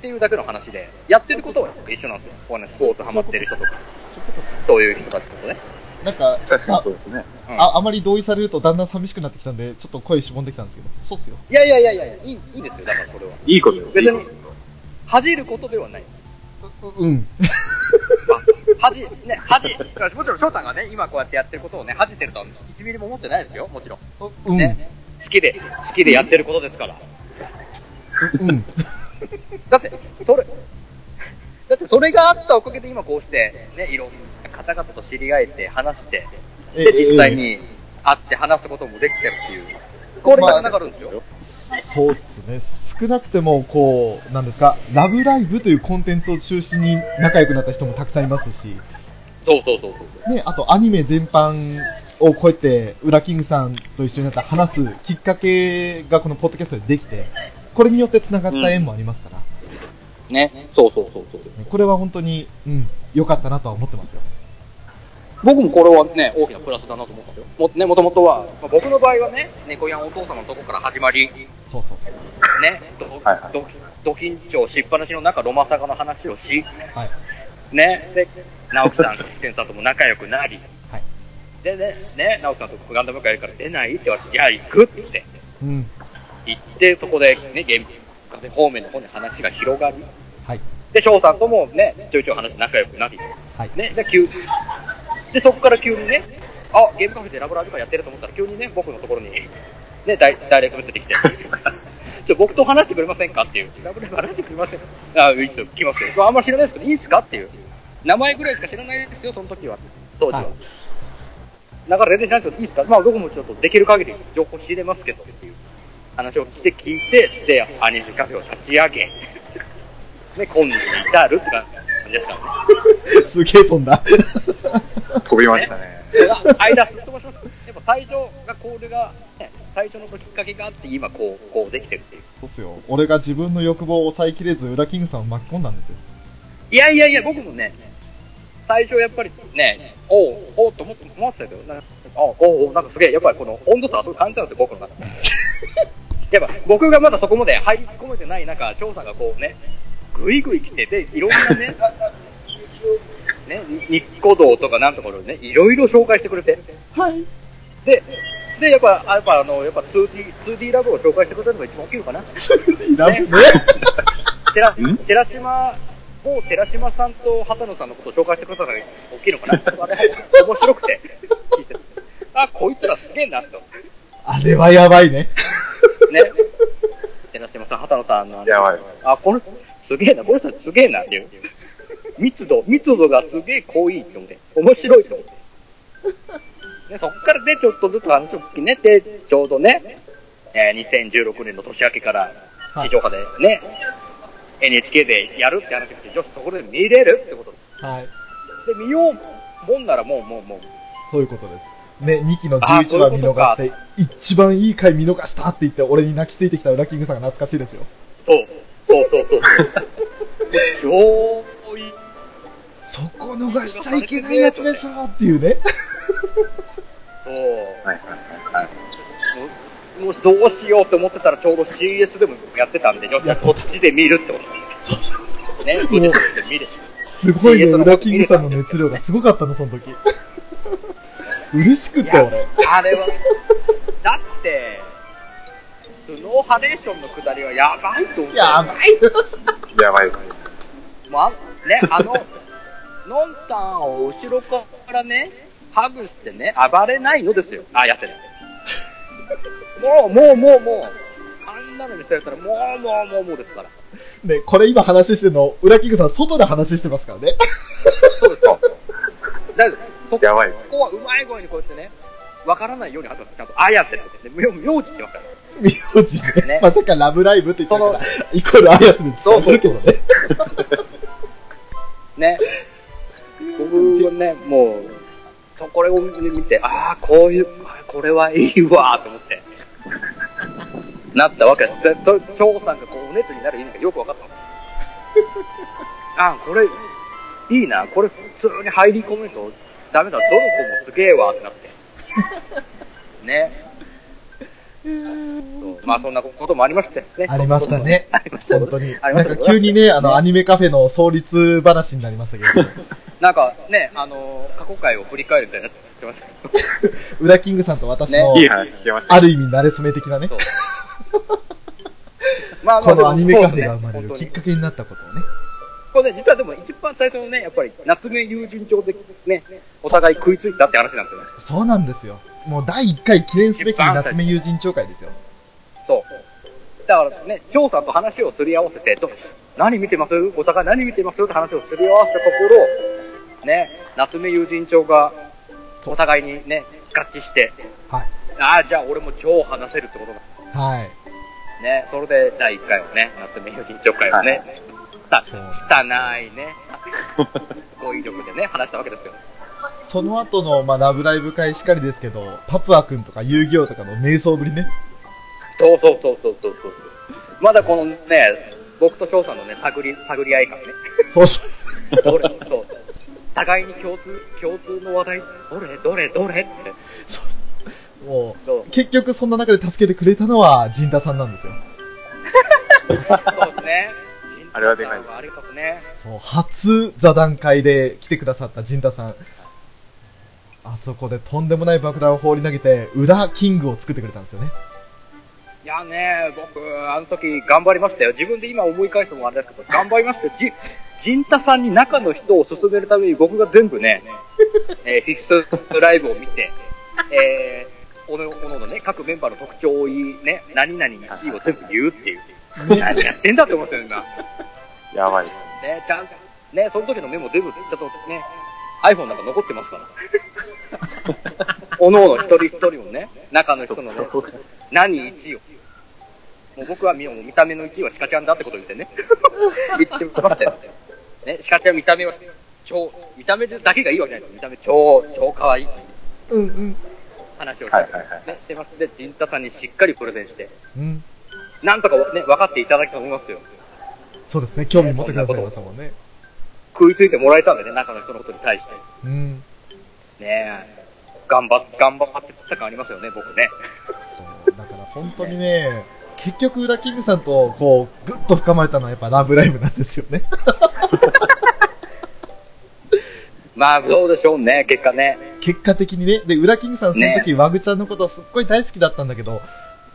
Speaker 1: ていうだけの話で、やってることは一緒なんですよ。このスポーツハマってる人とか、
Speaker 3: そういうことっすよ
Speaker 1: そういう人たちとかね。
Speaker 3: なんか、
Speaker 2: 確かにそうですね。
Speaker 1: うん
Speaker 3: ああまり同意されるとだんだん寂しくなってきたんで、ちょっと声しぼんできたんですけど、そうっすよ。
Speaker 1: いやいやいやいや、いい、いいですよ、だから それは。
Speaker 2: いいことです。
Speaker 1: 別
Speaker 2: いい
Speaker 1: に
Speaker 2: ことです
Speaker 1: 恥じることではないです。
Speaker 3: ううん。
Speaker 1: あ恥じ、ね、恥じ。もちろん翔さんがね、今こうやってやってることをね、恥じてるとは1ミリも思ってないですよ、もちろん。
Speaker 3: うん。
Speaker 1: ね。好きで、好きでやってることですから。
Speaker 3: うん。
Speaker 1: だって、それ、 だってそれがあったおかげで今こうして、ね、いろんな方々と知り合えて、話して、
Speaker 3: え
Speaker 1: で、実際。に会って話すこともできてるっていう。これが繋がるんですよ。
Speaker 3: そうっすね。少なくても、こう、なんですか、ラブライブというコンテンツを中心に仲良くなった人もたくさんいますし、
Speaker 1: そうそうそうそう。
Speaker 3: ね、あとアニメ全般をこうやって、ウラキングさんと一緒になった話すきっかけがこのポッドキャストでできて、これによって繋がった縁もありますから、
Speaker 1: ね。そうそうそうそう。
Speaker 3: これは本当に、うん、良かったなとは思ってますよ。
Speaker 1: 僕もこれはね、大きなプラスだなと思ったんですよ。も、ね、もともとは、まあ僕の場合はね、猫やんお父様のとこから始まり、
Speaker 3: そうそうそう。
Speaker 1: ね、ど、
Speaker 2: はいはい
Speaker 1: ど、ど緊張しっぱなしの中、ロマサガの話をし、
Speaker 3: はい。
Speaker 1: ね、で、直樹さん、ステンさんとも仲良くなり、
Speaker 3: はい
Speaker 1: でね、ね、直樹さんとガンダム会やるから出ないって言われて、いや、行くっつって、
Speaker 3: うん。
Speaker 1: 行って、そこでね、ゲームカフェ方面の方に話が広がり、
Speaker 3: はい。
Speaker 1: で、翔さんともね、ちょいちょい話仲良くなり、
Speaker 3: はい。
Speaker 1: ね、で、急、で、そこから急にね、あ、ゲームカフェでラブラブがやってると思ったら、急にね、僕のところに、ね、ダイダイレクトメッセージ来て、 ちょ、僕と話してくれませんかっていう、ラブラブ話してくれませんあ、いいですよ、来ますよ。まああんま知らないですけど、いいですかっていう。名前ぐらいしか知らないですよ、その時は。当時は。
Speaker 3: はい
Speaker 1: だから全然知らないですけど、いいですかまあ僕もちょっとできる限り情報仕入れますけどっていう話を来て聞いて、で、アニメカフェを立ち上げ、 ね、今日に至るって感じですからね。
Speaker 3: すげえ飛んだ。
Speaker 2: 飛びましたね。
Speaker 1: 間すっ飛ばしました。やっぱ最初がコールが、ね、最初のきっかけがあって、今こう、こうできてるっていう。
Speaker 3: そうっすよ。俺が自分の欲望を抑えきれず、ウラキングさんを巻き込んだんですよ。
Speaker 1: いやいやいや、僕もね、最初やっぱりね、おう、おうと思って思ってたけど、なんかあおうおう、なんかすげえ、やっぱりこの温度差はすごい感じたんですよ、僕の中で。 やっぱ僕がまだそこまで入り込めてない中、翔さんがこうね、ぐいぐい来て、で、いろんなね、ね、日光道とかなんとかのね、いろいろ紹介してくれて。
Speaker 3: はい。
Speaker 1: で、で、やっぱ、あやっぱあの、やっぱ 2D、2D ラブを紹介してくれたのが一番大きいのかな。
Speaker 3: ラブね。
Speaker 1: テラ
Speaker 2: ん、
Speaker 1: 寺島、某寺島さんと畑野さんのことを紹介してくれたのが大きいの かな。あれ、面白くて、聞いて。あ、こいつらすげえな、と。
Speaker 3: あれはやばいね。
Speaker 1: ね。寺島さん、畑野さんのあの
Speaker 2: やばい。
Speaker 1: あ、この、すげえな、この人すげえな、っていう。密度、密度がすげえ濃いと思って、面白いと思って。で、そっからね、ちょっとずつ話を聞きね、で、ちょうどね、えー2016年の年明けから、地上波でね、NHK でやるって話が来て、女子ところで見れるってこと
Speaker 3: はい。
Speaker 1: で、見ようもんならもう、もう、もう、
Speaker 3: そういうことです。ね、2期の
Speaker 1: あーそう
Speaker 3: 11
Speaker 1: い
Speaker 3: 話
Speaker 1: うこ
Speaker 3: 見
Speaker 1: と
Speaker 3: 逃
Speaker 1: か
Speaker 3: して、一番いい回見逃したって言って、俺に泣きついてきたウラキングさんが懐かしいですよ。
Speaker 1: そう、そうそうそう。もう超いい。
Speaker 3: そこ逃しちゃいけないやつでしょっていうね。
Speaker 1: そう。
Speaker 2: はいはいはいはい。
Speaker 1: もうどうしようと思ってたらちょうど CS でもやってたんで、よし、じゃあこっちで見るってこ
Speaker 3: そうそうそう。
Speaker 1: とね。こっちで見る。
Speaker 3: すごいね、
Speaker 1: CS
Speaker 3: ウラキングさんの熱量がす ごかったの、その時。嬉しくって、俺。
Speaker 1: あれは、だっって、スノーハレーションの下りはやばいと思う。
Speaker 3: やばいよ。
Speaker 2: やばい。
Speaker 1: まあ、ね、あ の、のんたんを後ろからね、ハグしてね、暴れないのですよ。あ、痩せ ない。もう、もう、もう、もう、あんなのにされたら、もう、もう、もう、もうですから。
Speaker 3: ね、これ今話してるの、裏キングさん外で話してますからね。
Speaker 1: そうですか。だそ
Speaker 2: やばい。
Speaker 1: こはうまい声にこうやってね、わからないように始まって、ちゃんと、あやせって言って、ね、名字って言いますから。
Speaker 3: 名字で、
Speaker 1: ね
Speaker 3: まさかラブライブって言ってるから
Speaker 1: そ、
Speaker 3: イコールアヤスで伝わるけどね。
Speaker 1: ね。僕はね、もう、そこれを見て、ああ、こういう、あこれはいいわ、と思って。なったわけです。で、と翔さんがこう、お熱になる意味がよく分かったんです。ああ、これ、いいな、これ普通に入り込めると、ダメだ、どの子もすげえわ、ってなって。ね。そうまあ、そんなこともありまして、ね。
Speaker 3: ありました。ね。
Speaker 1: ありましたよ
Speaker 3: 本当に。
Speaker 1: あり
Speaker 3: な
Speaker 1: ま
Speaker 3: ん
Speaker 1: した
Speaker 3: か急にね、あの、アニメカフェの創立話になりましたけど、
Speaker 1: なんかね、あの過去回を振り返るみたいになってましたけど。
Speaker 3: 裏キングさんと私の、
Speaker 2: いい話聞けました。
Speaker 3: ある意味慣れ初め的なね、
Speaker 1: まあまあ
Speaker 3: このアニメカフェが生ま
Speaker 1: で
Speaker 3: れ
Speaker 1: も本
Speaker 3: る
Speaker 1: 当
Speaker 3: きっ
Speaker 1: に
Speaker 3: かけになったことをね。
Speaker 1: これね、実はでも一番最初のね、やっぱり夏目友人帳でね、お互い食いついたって話なんてね。
Speaker 3: そうなんですよ。もう第1回記念すべき夏目友人長会ですよ。
Speaker 1: そう。だからね、翔さんと話をすり合わせて、ど何見てますお互い何見てますって話をすり合わせたところ、ね、夏目友人帳がお互いにね、合致して、
Speaker 3: はい。
Speaker 1: ああ、じゃあ俺も超話せるってことだ。
Speaker 3: はい。
Speaker 1: ね、それで第1回をね、夏目友人帳会をね、した、したない ね、語彙力でね、話したわけですけど。
Speaker 3: その後の、まあ、ラブライブ会しかりですけど、パプア君とか遊戯王とかの瞑想ぶりね。
Speaker 1: そうそうそうそうそうそう。まだこのね、僕と翔さんのね、探り、探り合 い感ね。
Speaker 3: そうそう。
Speaker 1: どれ、そう。互いに共通、共通の話題、どれ、どれ、どれって。
Speaker 3: も
Speaker 1: そう
Speaker 3: う、結局そんな中で助けてくれたのは、陣田さんなんですよ。
Speaker 1: そうですね。
Speaker 2: あれはでかいです
Speaker 1: ありがとうございますね。
Speaker 3: そう、初座談会で来てくださった陣田さん。あそこでとんでもない爆弾を放り投げて、裏キングを作ってくれたんですよね。
Speaker 1: いやね、僕、あの時頑張りましたよ。自分で今思い返してもあれですけど、頑張りましたよ。じ、陣太さんに中の人を進めるために僕が全部ね、えーフィクスライブを見て、えー、おのおののね、各メンバーの特徴を言い、ね、何々1位を全部言うっていう。何やってんだって思ったよ、今。
Speaker 2: やばいです。
Speaker 1: ね、ちゃんと、ね、その時のメモ全部、ちょっとね、iPhone なんか残ってますから。 おのおの一人一人もね、中の人のね、何1位を。もう僕は見もう見た目の1位はシカちゃんだってことを言ってね。 言ってましたよ。ね、シカちゃん見た目は超、見た目だけがいいわけじゃないですよ。見た目超、超可愛いっていう
Speaker 3: うんうん。
Speaker 1: 話をして、
Speaker 2: はいはいはい。
Speaker 1: ね、してます。で、ジンタさんにしっかりプレゼンして、
Speaker 3: うん。
Speaker 1: なんとかね、分かっていただけたと思いますよ。
Speaker 3: そうですね、興味持ってくださいましたもんね。
Speaker 1: 食いついてもらえたんでね、中の人のことに対して。
Speaker 3: うん。
Speaker 1: ねえ、頑張っ、頑張ってた感ありますよね、僕ね。
Speaker 3: そう、だから本当にね、 結局、裏キングさんと、こう、ぐっと深まれたのはやっぱラブライブなんですよね。
Speaker 1: まあ、どうでしょうね、結果ね。
Speaker 3: 結果的にね。で、裏キングさんその時、ワグちゃんのことすっごい大好きだったんだけど、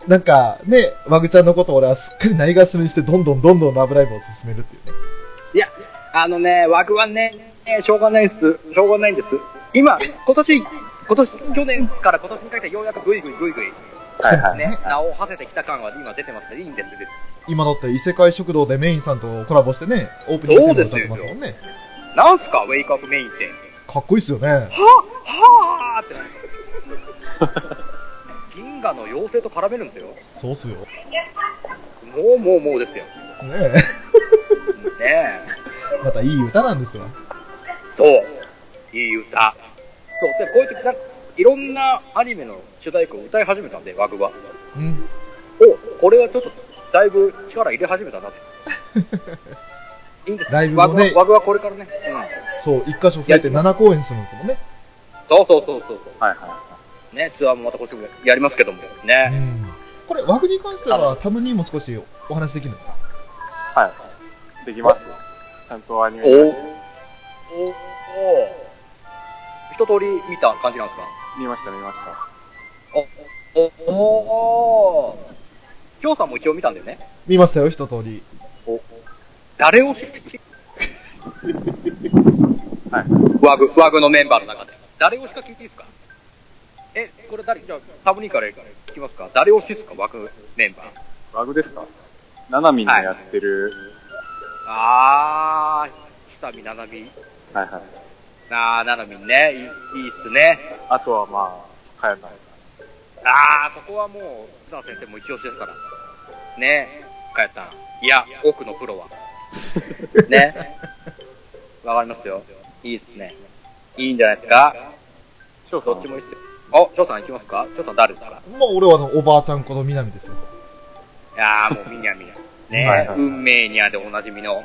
Speaker 3: なんかね、ワグちゃんのことを俺はすっかりないがしろにして、どんどんどんどんラブライブを進めるっていうね。
Speaker 1: いや、あのね、枠はね、しょうがないです。しょうがないんです。今、今年、今年、去年から今年にかけてようやくぐいぐいぐいぐい、
Speaker 2: はいはい。
Speaker 1: ね、名を馳せてきた感は今出てますから、いいんですよ。
Speaker 3: 今だって異世界食堂でメインさんとコラボしてね、オープニングテーマ歌ってますもんね。
Speaker 1: なんすか、ウェイクアップメインって。
Speaker 3: かっこいいっすよね。
Speaker 1: はぁーってなる。銀河の妖精と絡めるんですよ。
Speaker 3: そうっすよ。ね
Speaker 1: もうもうもうですよ。
Speaker 3: え。
Speaker 1: ねえ。
Speaker 3: またいい歌なんですよ。
Speaker 1: そう。いい歌。そう。で、こうやって、なんか、いろんなアニメの主題歌を歌い始めたんで、ワグは。
Speaker 3: うん。
Speaker 1: お、これはちょっと、だいぶ力入れ始めたなって。いいんです
Speaker 3: ライブもね
Speaker 1: ワグはワグはこれからね。うん。
Speaker 3: そう、一箇所増えて7公演するんですもんね。
Speaker 1: そうそうそうそう。そ
Speaker 2: はいは
Speaker 1: うね、ツアーもまた今年やりますけども。
Speaker 3: う
Speaker 1: ね。
Speaker 3: ん。これ、ワグに関しては、タムにも少しお話できるんですか
Speaker 2: い。はい。できますよ。ちゃんとアニメ。
Speaker 1: おおおお一通り見た感じなんですか
Speaker 2: 見ました見ました。
Speaker 1: おおおーきょうさんも一応見たんだよね。
Speaker 3: 見ましたよ、一通り。
Speaker 1: 誰を知って、
Speaker 2: はい。
Speaker 1: ワグ、ワグのメンバーの中で。誰推しか聞いていいですかえ、これ誰、じゃあタブニーから聞きますか誰推しですかワグメンバー。
Speaker 2: バグですかナナミンのやってる、
Speaker 1: あー、久見、ななみ。
Speaker 2: はい、はいはい
Speaker 1: あー、ななみんね。いいいいっすね。
Speaker 2: あとはまあ、かやな
Speaker 1: あー、ここはもう、津田先生も一押しですから。ねえ、かやたん。いや、奥のプ ロは。ね。わかりますよ。いいっすね。いいんじゃないですか
Speaker 2: 翔さん
Speaker 1: どっちもいいっすよ。お、翔さん行きますか翔さん誰ですか
Speaker 3: まあ、俺はあの、おばあちゃん子の南ですよ。
Speaker 1: いやーもうみにゃみにゃ。ねえ、
Speaker 2: はいはい
Speaker 1: 運命にゃでおなじみの。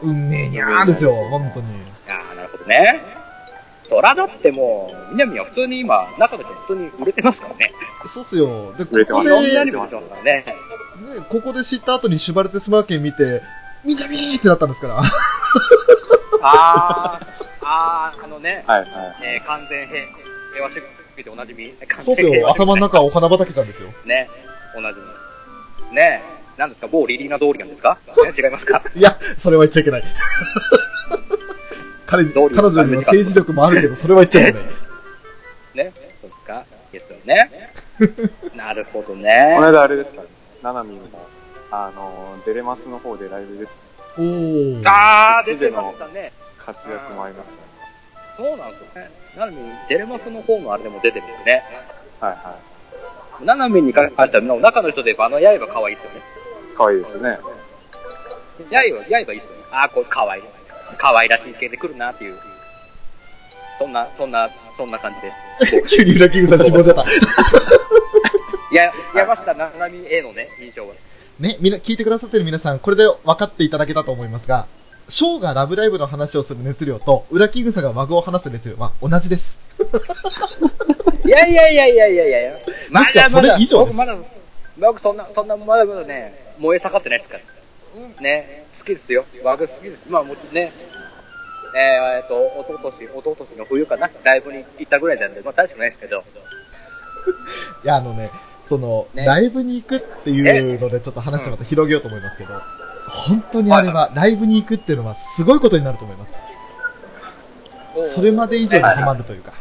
Speaker 3: 運命にゃーですよ、本当に。
Speaker 1: ああ、なるほどね。そらだってもう、みなみは普通に今、中の人も普通に売れてますからね。
Speaker 3: そうっすよ。で、こ
Speaker 2: 売れて
Speaker 1: こ
Speaker 2: ま
Speaker 3: こ
Speaker 2: す
Speaker 1: ん
Speaker 3: で、
Speaker 2: よ
Speaker 1: なにも売れ
Speaker 3: ね
Speaker 1: てますからね。
Speaker 3: ここで知った後にシュバルテスマーケン見て、南ってなったんです から。
Speaker 1: あー、あー、あのね、
Speaker 2: はいはい。
Speaker 1: えー完全平平和主義でおなじみ。完
Speaker 3: そうっ
Speaker 1: 全
Speaker 3: す
Speaker 1: 平
Speaker 3: よ、
Speaker 1: 和主義
Speaker 3: 頭の中はお花畑さんですよ。
Speaker 1: ね、おなじみ。ねえ、なんですか、某リリーナ通りなん ですか、ね、違いますか
Speaker 3: いや、それは言っちゃいけない。彼に、
Speaker 1: 道理
Speaker 3: 彼
Speaker 1: の
Speaker 3: 女には政治力もあるけど、それは言っちゃ いけない。
Speaker 1: ね、そうですか、ですよ ね。なるほどね
Speaker 2: この。間あれですかね、ナナミンも、あの、デレマスの方でライブで
Speaker 3: おー。
Speaker 1: あー、出てましたね。
Speaker 2: 活躍もありますね。
Speaker 1: そうなんですよね。ななみん、デレマスの方のあれでも出てるんでね。
Speaker 2: はいは
Speaker 1: ななみんに関しては、中の人で言えば、あの刃可愛いっすよね。
Speaker 2: い。かわいいですね。
Speaker 1: 刃、刃いいっすよね。ああ、これ可愛い。可愛らしい系で来るなっていう。そんな、そんな、そんな感じです。
Speaker 3: 急に裏切りさん絞っちゃった。
Speaker 1: いや、山下ななみへのね、印象はです。
Speaker 3: ね、みんな、聞いてくださってる皆さん、これで分かっていただけたと思いますが、ショーがラブライブの話をする熱量と、裏キングさんがマグを話す熱量は同じです。
Speaker 1: いやいやいやいやいやいやま
Speaker 3: もしか
Speaker 1: だ
Speaker 3: そ
Speaker 1: ま
Speaker 3: れ
Speaker 1: だ、
Speaker 3: 以上
Speaker 1: 僕
Speaker 3: です
Speaker 1: まだ、僕そんな、そんな、まだまだね、燃え盛ってないですから。ね、好きですよ。僕好きです。まあもちろんね、えー、えっと、おととし、おととしの冬かな、ライブに行ったぐらいなんで、まあ大したことないですけど。
Speaker 3: いや、あのね、その、
Speaker 1: ね
Speaker 3: ライブに行くっていうので、ちょっと話をまた広げようと思いますけど、本当にあれは、ライブに行くっていうのはすごいことになると思います。それまで以上にハマるというか。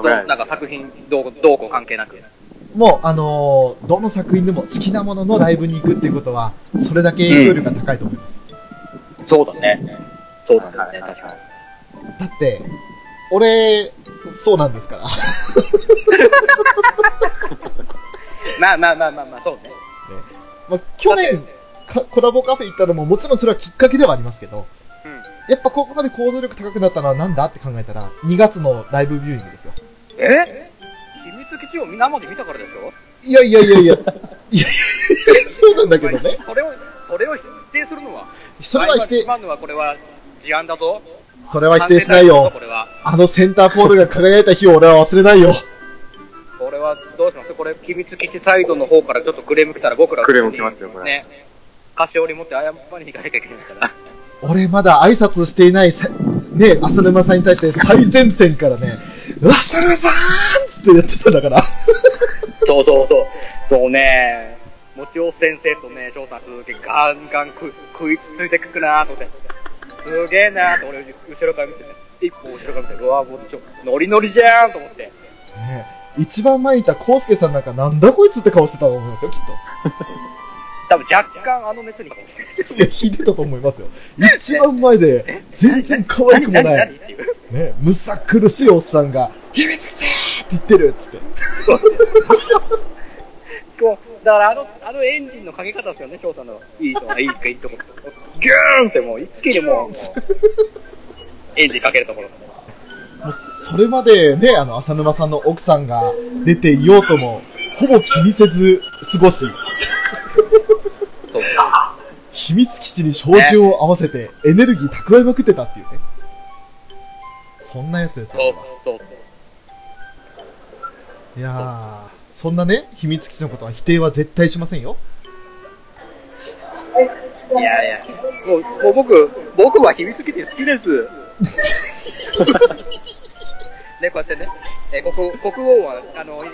Speaker 2: 危な
Speaker 1: ど
Speaker 2: い。
Speaker 1: なんか作品どうどうこう関係なく。
Speaker 3: もう、あのーどの作品でも好きなもののライブに行くっていうことは、それだけ影響力が高いと思います。
Speaker 1: そうだね。そうだ
Speaker 2: はい
Speaker 1: ね、
Speaker 2: はい
Speaker 1: 確かに。
Speaker 3: だって、俺、そうなんですから。
Speaker 1: まあまあまあまあまあ、そうね。
Speaker 3: まあ、去年か、コラボカフェ行ったのももちろんそれはきっかけではありますけど、
Speaker 1: うん
Speaker 3: やっぱここまで行動力高くなったのはなんだって考えたら、2月のライブビューイングですよ。
Speaker 1: え秘密基地を生で見たからでしょ
Speaker 3: いやいやいやいや。いやそうなんだけどね。
Speaker 1: それを、それを否定するのは。
Speaker 3: それは否定、
Speaker 1: 今のはこれは事案だぞ。
Speaker 3: それは否定しないよ
Speaker 1: こ。れは。
Speaker 3: あのセンターポールが輝いた日を俺は忘れないよ。
Speaker 1: これはどうしますこれ、秘密基地サイドの方からちょっとクレーム来たら僕ら
Speaker 2: クレーム来ますよこれ
Speaker 1: ね。菓子折り持って謝りに行かなきゃいけないから。
Speaker 3: 俺まだ挨拶していないさ、ね、浅沼さんに対して最前線からね、うわ、浅沼さーんつってやってたんだから。
Speaker 1: そうそうそう。そうね。もちお先生とね、翔さんすげえガンガン食い食いついてくなと思って。すげえなと俺後ろから見てね。一歩後ろから見て、うわもうちょ、ノリノリじゃんと思って。
Speaker 3: ね一番前にいたコウスケさんなんかなんだこいつって顔してたと思いますよ、きっと。
Speaker 1: 多分若干あの熱にかもしれないです
Speaker 3: いや、引いてたと思いますよ。一番前で、全然可愛くも
Speaker 1: 何
Speaker 3: な
Speaker 1: 何
Speaker 3: い、
Speaker 1: 何っていう。
Speaker 3: ね、むさ苦しいおっさんが、秘密基地って言ってるっつって。
Speaker 1: こう、だからあの、あのエンジンのかけ方ですよね、翔さんの。いいとこ、いいか、いいとこ。ギューンってもう、一気にもう、もうエンジンかけるところ。
Speaker 3: もう、それまでね、あの、浅沼さんの奥さんが出ていようとも、ほぼ気にせず過ごし、
Speaker 1: そう。
Speaker 3: 秘密基地に照準を合わせてエネルギー蓄えまくってたっていうね。そんなやつです
Speaker 1: そう
Speaker 3: よ。
Speaker 1: そう。
Speaker 3: いやー、そんなね、秘密基地のことは否定は絶対しませんよ。
Speaker 1: そういやいや、もう、もう僕、僕は秘密基地好き です。ね、こうやってね、えー、国国王は、あの、い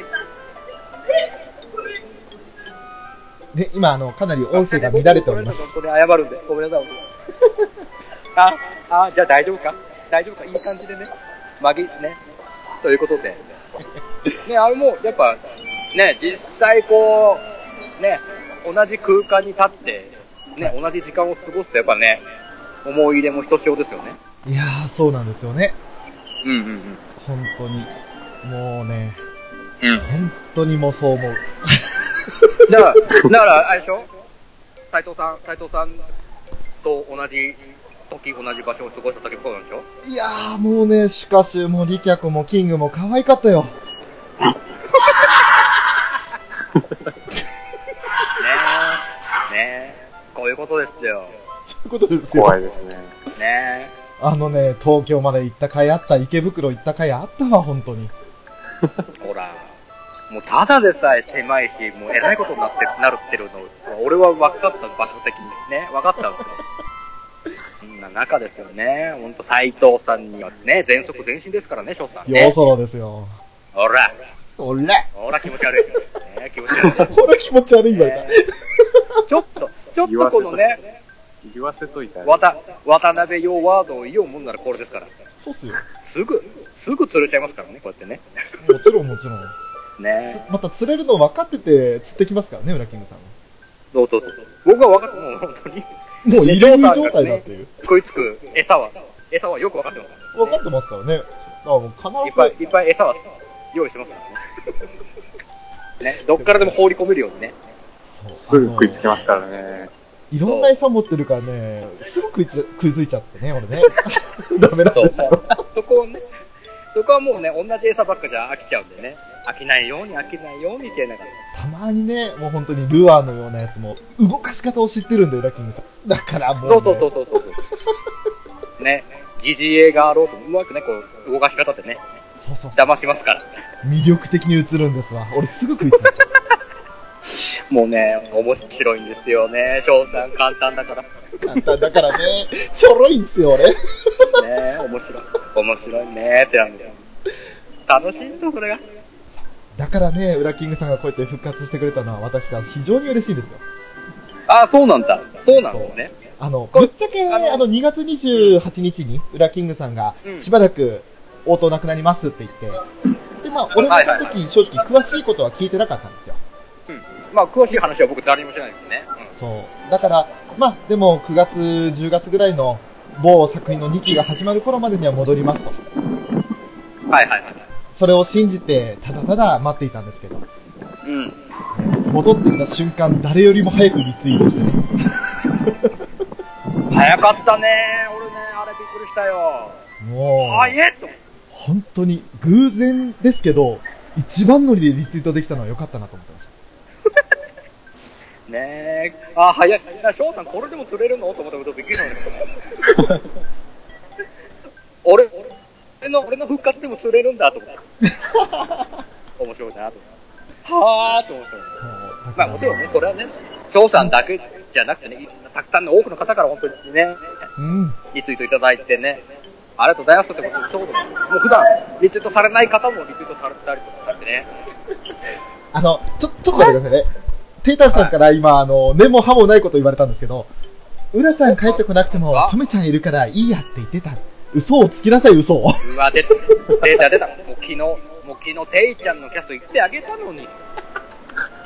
Speaker 3: ね、今、あの、かなり音声が乱れております。
Speaker 5: これ謝るんで、ごめんなさい。あ、あ、じゃあ大丈夫か大丈夫かいい感じでね。曲げ、ね。
Speaker 1: ということで、
Speaker 5: ね、あれも、
Speaker 1: やっぱね、実際こう、ね、同じ空間に立って、ね、同じ時間を過ごすと、やっぱね、思い入れもひとしおですよね。
Speaker 3: いやー、そうなんですよね。
Speaker 1: うんうんうん。
Speaker 3: 本当に。もうね、
Speaker 1: うん
Speaker 3: 本当にもうそう思う。
Speaker 1: だから、だから、あれでしょ斎藤さん、斎藤さんと同じ時、同じ場所を過ごした時もそうなんでしょ
Speaker 3: いやー、もうね、しかし、もう、リキャコもキングも可愛かったよ。
Speaker 1: ねえ、ねえ、こういうことですよ。
Speaker 3: そういうことですよ。
Speaker 2: 怖いですね。
Speaker 1: ね
Speaker 3: あのね、東京まで行った回あった、池袋行った回あったわ、本当に。
Speaker 1: え、ほら、もうただでさえ狭いし、もうえらいことになって、なるってるのは、俺は分かった、場所的にね、分かったんですよ。そんな中ですよね。ほんと、斎藤さんにはね、全速全身ですからね、翔さん
Speaker 3: よ
Speaker 1: ね
Speaker 3: う。そろですよ。
Speaker 1: ほら、
Speaker 3: おら
Speaker 1: ほら気持ち悪い。ね、気持ち悪い。
Speaker 3: ほら気持ち悪い言われた。
Speaker 5: ちょっと、ちょっとこのね、
Speaker 2: 言わせといたら
Speaker 1: わ、た渡辺用ワードを言おうもんならこれですから。
Speaker 3: そうっすよ。
Speaker 1: すぐ、すぐ釣れちゃいますからね、こうやってね。
Speaker 3: もちろんもちろん。
Speaker 1: ね
Speaker 3: つまた釣れるの分かってて釣ってきますからね、ウラキングさんは
Speaker 1: どうぞどうぞ。僕は分かって、もう本当に、
Speaker 3: もう
Speaker 1: ね
Speaker 3: 異常に
Speaker 1: 翔さん
Speaker 3: 状
Speaker 1: が
Speaker 3: 態だっていう。
Speaker 1: 食いつく餌は、餌はよく分かってますから
Speaker 3: 分かってますからね。あもう必
Speaker 1: いっぱい
Speaker 3: ず、
Speaker 1: いっぱい餌は用意してますからね。ね、どっからでも放り込めるようにね。
Speaker 3: そう
Speaker 2: すぐ食いつきます
Speaker 3: あ
Speaker 2: からね。
Speaker 3: のいろんな餌持ってるからね、すぐ食いつ食いついちゃってね、俺ね。 ダメなん
Speaker 1: そ
Speaker 3: で
Speaker 1: う
Speaker 3: す、
Speaker 1: もう、そこをね、そこはもうね、同じ餌ばっかじゃ飽きちゃうんでね。飽きないように飽きないようにって言いながら。
Speaker 3: たまにね、もう本当にルアーのようなやつも、動かし方を知ってるんだよ、ウラキングさん。だからもう、
Speaker 1: そ
Speaker 3: ね。
Speaker 1: うそうそうそうそうそう。ね、疑似映画あろうと、うまくね、こう、動かし方ってね、
Speaker 3: そうそう
Speaker 1: 騙しますから。
Speaker 3: 魅力的に映るんですわ。俺すぐ食いついちゃう。
Speaker 1: もうね、面白いんですよね。翔さん簡単だから。ね、
Speaker 3: 簡単だからね、ちょろいんすよ、俺。
Speaker 1: 面白い。面白いねってなんですよ。楽しいですよ、それが。
Speaker 3: だからね、ウラキングさんがこうやって復活してくれたのは私が非常に嬉しいですよ。
Speaker 1: あ、そうなんだ。そうなんだね。
Speaker 3: あの、
Speaker 1: こ
Speaker 3: ぶっちゃけ、あ
Speaker 1: あ
Speaker 3: の、
Speaker 1: の
Speaker 3: 2月28日に、ウラキングさんが
Speaker 1: う、ん
Speaker 3: しばらく応答なくなりますって言って、で、まあ、俺もその時、正直詳しいことは聞いてなかったんですよ。
Speaker 1: まあ、詳しい話は僕誰にもしないですね。
Speaker 3: そう。だから、まあ、でも、9月、10月ぐらいの、某作品の2期が始まる頃までには戻りますと。
Speaker 1: うん。はいはいはいはい。
Speaker 3: それを信じて、ただただ待っていたんですけど、
Speaker 1: うん。
Speaker 3: 戻ってきた瞬間、誰よりも早くリツイートしてね。
Speaker 1: 早かったね。俺ね、あれびっくりしたよ。
Speaker 3: もう、
Speaker 1: 早いと思って。
Speaker 3: 本当に偶然ですけど、一番乗りでリツイートできたのは良かったなと思ってました。
Speaker 1: ねえ、あ、早い。な翔さん、これでも釣れるのと思ったことびっくりしたんですよね。俺、俺の、俺の復活でも釣れるんだと思った。面白いなと思った。はぁーと思った。
Speaker 3: そうだか
Speaker 1: まあ
Speaker 3: ら
Speaker 1: もちろんね、それはね、翔さんだけじゃなくてね、いたくさんの多くの方から本当にね、
Speaker 3: うん。
Speaker 1: リツイートいただいてね、ありがとうございますってことで、そうですよもう普段、リツイートされない方もリツイートされたりとかされてね。
Speaker 3: あの、ちょ、ちょっと待ってくださいね。テイタンさんから今、あの、根も葉もないこと言われたんですけど、うらちゃん帰ってこなくても、
Speaker 1: あ
Speaker 3: とめちゃんいるからいいやって言ってた。嘘をつきなさい、嘘を。
Speaker 1: うわ、出た、出た、出た。もう昨日、もう昨日、ていちゃんのキャスト行ってあげたのに。ね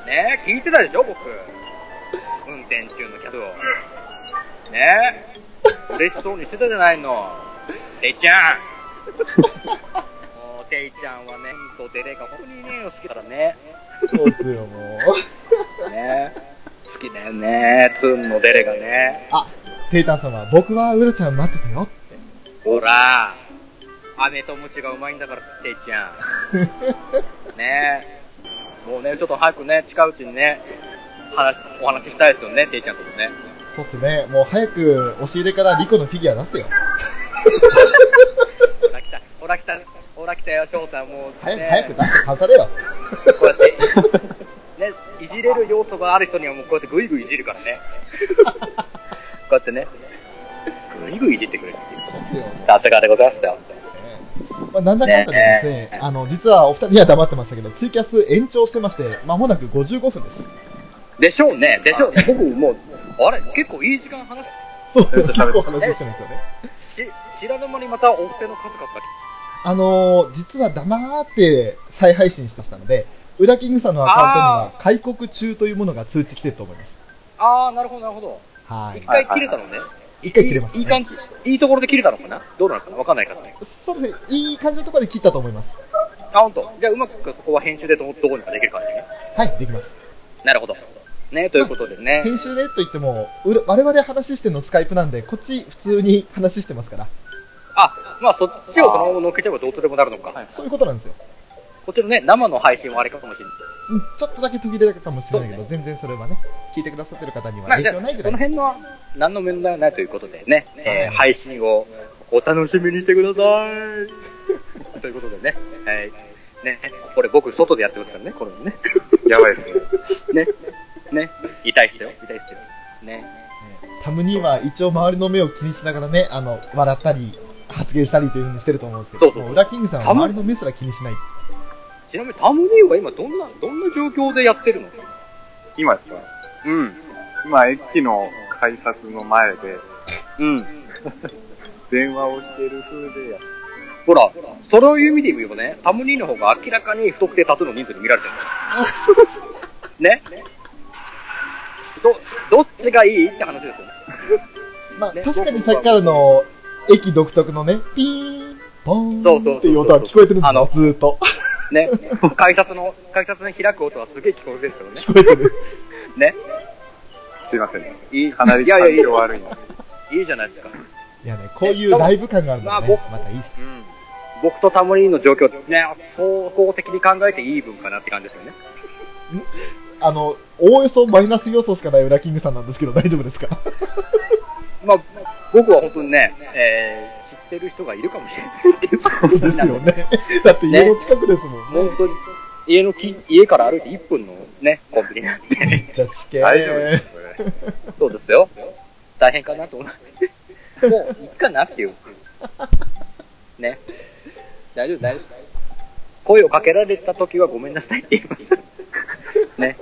Speaker 1: え、聞いてたでしょ、僕。運転中のキャストを。ねえ、嬉しそうにしてたじゃないの。ていちゃん。もう、ていちゃんはね、ほんと、デレが本当にね、好きだからね。
Speaker 3: そうっすよ、もう。
Speaker 1: ねえ好きだよね、ツンのデレがね。
Speaker 3: あ、テイタンさんは、僕はうらちゃん待ってたよって。
Speaker 1: ほら、飴と餅がうまいんだから、ていちゃん。ねえ。もうね、ちょっと早くね、近いうちにね、話、お話ししたいですよね、ていちゃんともね。
Speaker 3: そうっすね、もう早く、押し入れからリコのフィギュア出せよ。
Speaker 1: ほら来た、ほら来た、ほら来たよ、翔さん、もう、ね。
Speaker 3: 早く、早く出して飾れよ。
Speaker 1: こうやって、ね、いじれる要素がある人にはもうこうやってぐいぐいいじるからね。こうやってね、ぐいぐいいじってくれる。
Speaker 3: そうっすよ、もう
Speaker 1: さすがでございますよ。
Speaker 3: まあ、なんだかんだでですね、あの、実はお二人には黙ってましたけど、ツイキャス延長してまして、まもなく55分です。
Speaker 1: でしょうね、でしょうね。僕もう、あれ、結構いい時間話し
Speaker 3: そう、
Speaker 2: めっちゃ喋
Speaker 3: 結
Speaker 2: って
Speaker 3: 構話してますよね。
Speaker 1: し、知らぬ間にまたお布施の数々が来
Speaker 3: あのー実は黙って再配信してましたので、ウラキングさんのアカウントには、開国中というものが通知来てると思います。
Speaker 1: ああ、なるほど、なるほど。
Speaker 3: は
Speaker 1: 一回切れたのね。
Speaker 3: い。一回切れました、
Speaker 1: い
Speaker 3: ね。
Speaker 1: いい感じ。いいところで切れたのかなどうなのかなわかんないからね。
Speaker 3: そうですね。いい感じのところで切ったと思います。
Speaker 1: あ、ほんと。じゃあ、うまくそこは編集でどうどこにかできる感じね。
Speaker 3: はい、できます。
Speaker 1: なるほど。ね、ということでね。
Speaker 3: 編集でと言っても、うら我々話してんのスカイプなんで、こっち普通に話してますから、
Speaker 1: あ、まあ、そっちをそのまま乗っけちゃえばどうとでもなるのか。
Speaker 2: はい
Speaker 3: そういうことなんですよ。
Speaker 1: こっちのね、生の配信はあれかもしれない。
Speaker 3: うんちょっとだけ途切れたかもしれないけ
Speaker 1: そ
Speaker 3: ど、全然それはね、聞いてくださってる方に
Speaker 1: ま
Speaker 3: は
Speaker 1: あ、
Speaker 3: 影
Speaker 1: じゃあ、
Speaker 3: 響ないぐ
Speaker 1: そ
Speaker 3: ら
Speaker 1: の
Speaker 3: い。
Speaker 1: 辺のは何の問題はないということでね、えー
Speaker 3: はい
Speaker 1: 配信をお楽しみにしてください。 ということでね、はい。ね、これ僕、外でやってますからね、これね。
Speaker 2: やばいですね。
Speaker 1: ね、 ね、痛いっすよ、痛いっすよ。ね。
Speaker 3: タムニーは一応周りの目を気にしながらね、あの、笑ったり、発言したりというふうにしてると思うんですけ
Speaker 1: そ
Speaker 3: ど、
Speaker 1: うそう
Speaker 3: も裏キングさんは
Speaker 1: タム
Speaker 3: 周りの目すら気にしない。
Speaker 1: ちなみにタムニーは今どんな、どんな状況でやってるの
Speaker 2: 今ですか
Speaker 1: うん。
Speaker 2: 今、駅の改札の前で、
Speaker 1: うん。
Speaker 2: 電話をしてる風でや
Speaker 1: ほら、そういう意味で言えばね、タムニーの方が明らかに不特定多数の人数に見ら れてる。ね。ど、どっちがいいって話ですよね。
Speaker 3: まあ、
Speaker 1: ね
Speaker 3: 確かにさっきからの、駅独特のね、ピーン、ポ
Speaker 1: そうそうそうそ
Speaker 3: ー
Speaker 1: う
Speaker 3: ンっていう音は聞こえてるんで
Speaker 1: あ
Speaker 3: す
Speaker 1: の
Speaker 3: よ、ずーっと。
Speaker 1: ね、改札の、改札の開く音はすげえ聞こえてるけどね。
Speaker 3: 聞こえてる。
Speaker 1: ね。
Speaker 2: る。すいません。
Speaker 1: いい、
Speaker 2: かなり
Speaker 1: いや
Speaker 2: 環
Speaker 1: いやいや、
Speaker 2: 境悪いな。
Speaker 1: いいじゃないですか。う
Speaker 3: いやね、こういうライブ感があるのがね
Speaker 1: まあ、
Speaker 3: またいいっす。
Speaker 1: ん。僕とタモリーの状況、ね、総合的に考えていい分かなって感じですよね。
Speaker 3: あの、おおよそマイナス要素しかない裏キングさんなんですけど、大丈夫ですか
Speaker 1: まあ、僕は本当にね、えー、知ってる人がいるかもしれないっていう感じ
Speaker 3: で
Speaker 1: なん
Speaker 3: すよね。だって家の近くですもんね。
Speaker 1: 本当に、家のき、家から歩いて1分のね、コンビニなん
Speaker 3: め
Speaker 1: で、
Speaker 3: っちゃ地形。
Speaker 2: 大丈夫ですかこれ。
Speaker 1: そうですよ。大変かなと思って。もう、いっかなっていう。ね。大丈夫、大丈夫。声をかけられた時はごめんなさいって言います。ね。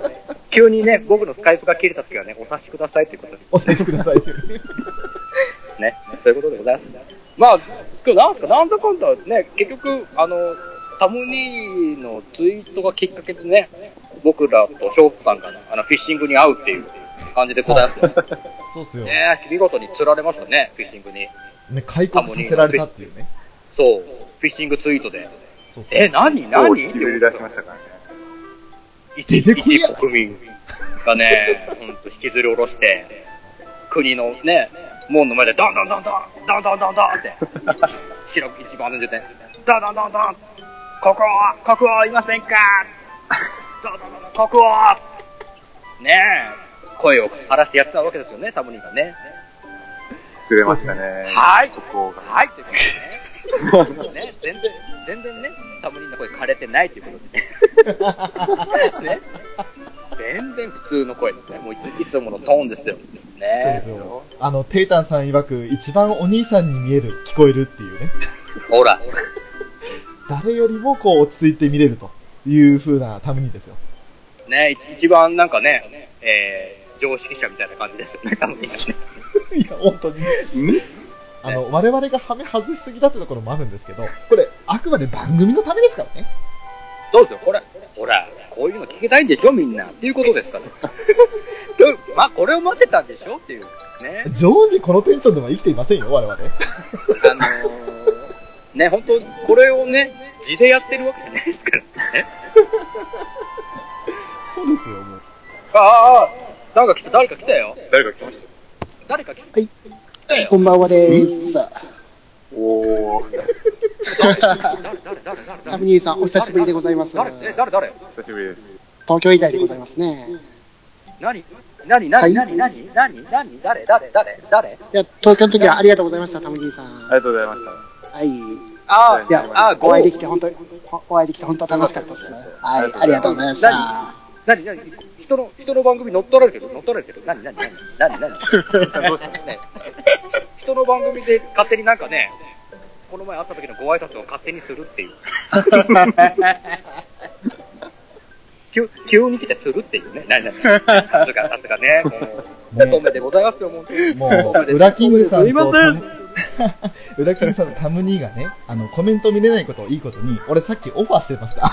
Speaker 1: 急にね、僕のスカイプが切れた時はね、お察しくださいっていうことで
Speaker 3: お察しく ださい。
Speaker 1: ね。そういうことでございます。まあ、今日なんすか、なんだかんだね、結局、あの、タムニーのツイートがきっかけでね、僕らとショープさんがね、あの、フィッシングに会うっていう感じでございますよね。
Speaker 3: そうっすよ。ね、
Speaker 1: ね見事に釣られましたね、フィッシングに。
Speaker 3: 開国させられたっていうね。
Speaker 1: そう、フィッシングツイートで。
Speaker 3: そうそう
Speaker 1: え、何
Speaker 2: 今
Speaker 1: 何
Speaker 2: 日、引き出しましたからね。
Speaker 1: 一
Speaker 3: 出てこいや
Speaker 1: 一国民がね、ほんと引きずり下ろして、国のね、門の前で、ダンダンダンダン、ダンダンダンダンって、白く一番出て、ダンダンダンダン、ここは、国王いませんかダンダンダンダン、国王ねえ、声を荒らしてやってたわけですよね、タムニーがね。
Speaker 2: 釣れましたね。
Speaker 1: はい
Speaker 2: ここが。
Speaker 1: はい、ということでね。ね、全然、全然ね、タムリンの声枯れてないということ でね。ね。全然普通の声ですね。もういついつものトーンですよ。ね。
Speaker 3: そうそうあの、テイタンさん曰く、一番お兄さんに見える、聞こえるっていうね。
Speaker 1: ほら。
Speaker 3: 誰よりもこう、落ち着いて見れるという風なため にですよ。
Speaker 1: ね、いち一番なんかね、えー、常識者みたいな感じですよね、タムリンがね。
Speaker 3: いや、本当に。あの、我々がハメ外しすぎだってところもあるんですけど、これ、あくまで番組のためですからね。
Speaker 1: どうですよ、ほら、ほら、こういうの聞きたいんでしょ、みんな。っていうことです から。とまあ、これを待ってたんでしょっていう。ね。
Speaker 3: 常時このテンションでは生きていませんよ、我々。
Speaker 1: あのー、ね、本当これをね、地でやってるわけじゃないですからね。
Speaker 3: そうですよ、もう。
Speaker 1: ああ、なんか来た、誰か来たよ。
Speaker 2: 誰か来ました
Speaker 1: 誰か来た。
Speaker 6: はい。こんばんはです。
Speaker 2: おー、
Speaker 1: 誰、誰、誰、誰、
Speaker 6: タムニーさん、お久しぶりでございます。
Speaker 1: 誰、え、誰、誰。
Speaker 2: 久しぶりです。
Speaker 6: 東京以来でございますね。
Speaker 1: 何、何、何、何、何、何、何、誰、誰、誰、誰。
Speaker 6: いや、東京の時はありがとうございました、タムニーさん。
Speaker 2: あり
Speaker 6: は
Speaker 2: がとうございました。
Speaker 6: い。
Speaker 1: あ
Speaker 2: い
Speaker 6: いや、
Speaker 1: あ、
Speaker 6: お
Speaker 1: ご
Speaker 6: 会い
Speaker 1: い
Speaker 6: できて本当に、お会いできて本当楽しかったです。はい、ありがとうございまし
Speaker 1: 何
Speaker 6: た。
Speaker 1: 何、何、人の、人の番組乗っ取られてる、乗っ取られてる。何、何、何、何、何。
Speaker 2: どうしたんですか
Speaker 1: ね人の番組で勝手になんかね、この前会った 時のご挨拶を勝手にするっていう。急、急に来てするっていうね。
Speaker 7: 何々さすが、さすがね。も
Speaker 1: おめでございますよ、もう。
Speaker 3: もう、ウラキングさん
Speaker 1: すいま
Speaker 3: と
Speaker 1: せ
Speaker 3: タ
Speaker 1: ん
Speaker 3: ム、ウラキングさんとタム兄がね、あの、コメント見れないことをいいことに、俺さっきオファーしてました。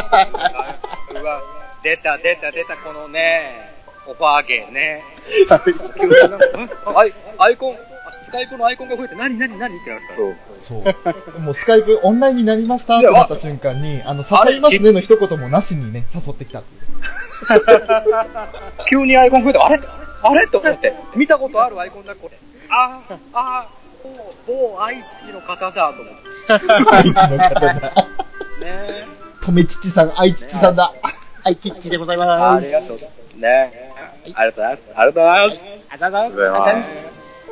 Speaker 1: うわ、出た、出た、出た、このね、オファーゲーね。急になんかうんアイアイコン、あスカイプのアイコンが増えて、何、何、何ってなるから。
Speaker 2: そう。
Speaker 3: そう。もうスカイプオンラインになりましたってなった瞬間に、あの、誘いますねの一言もなしにね、誘ってきたっていう。
Speaker 1: 急にアイコン増えて、あれあれと思って、見たことあるアイコンだ、これ。あー、あー、某某愛知の方だ、と思って。
Speaker 3: 愛知の方だ。
Speaker 1: ねえ。
Speaker 3: とめちちさん、愛知ちさんだ。
Speaker 6: はい、チッチでございます。
Speaker 1: ありがとう。ねえ。ありがとうございます。ありがとうございます。
Speaker 6: ありがとうご
Speaker 2: ざ
Speaker 6: ざ
Speaker 2: います
Speaker 6: います。ありがとうございます。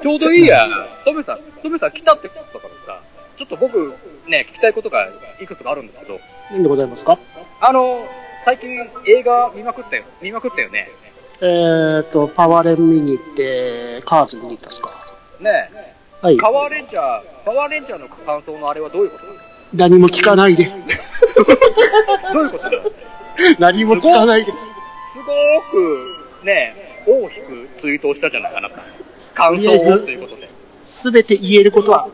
Speaker 1: ちょうどいいや。トメさん、トメさん来たってことだからさ、ちょっと僕、ね、聞きたいことがいくつかあるんですけど、
Speaker 6: 何でございますか
Speaker 1: あの、最近映画見まくったよ。見まくったよね。
Speaker 6: えーと、パワーレン見に行って、カーズ見に行ったっすか。
Speaker 1: ねえ。
Speaker 6: はい。
Speaker 1: パワーレンジャー、パワーレンジャーの感想のあれはどういうこと
Speaker 6: 何も聞かないで。
Speaker 1: どういうことだ
Speaker 6: 何も聞かないで。
Speaker 1: すごーく、ね、大きくツイートをしたじゃない、あなた。感想をということで。
Speaker 6: すべて言えることは、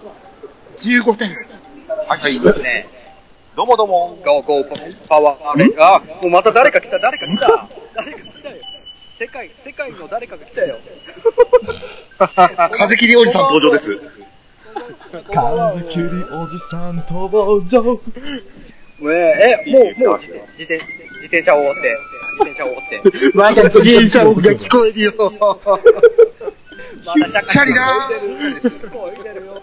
Speaker 6: 15点。
Speaker 1: ね、どうもどうも、ゴーゴーパワーレンジャー。あ、もうまた誰か来た、誰か来た。誰か来たよ。世界、世界の誰かが来たよ。
Speaker 8: 風切りおじさん登場です。
Speaker 3: カンズキュリおじさん登場。
Speaker 1: ねえ、え、もう、もう自転、自転、自転車を追って、自転車を追って。
Speaker 6: 我が自転車音が聞こえるよ。
Speaker 1: まだ車
Speaker 8: シャリだ
Speaker 1: 動いてる。動いてるよ。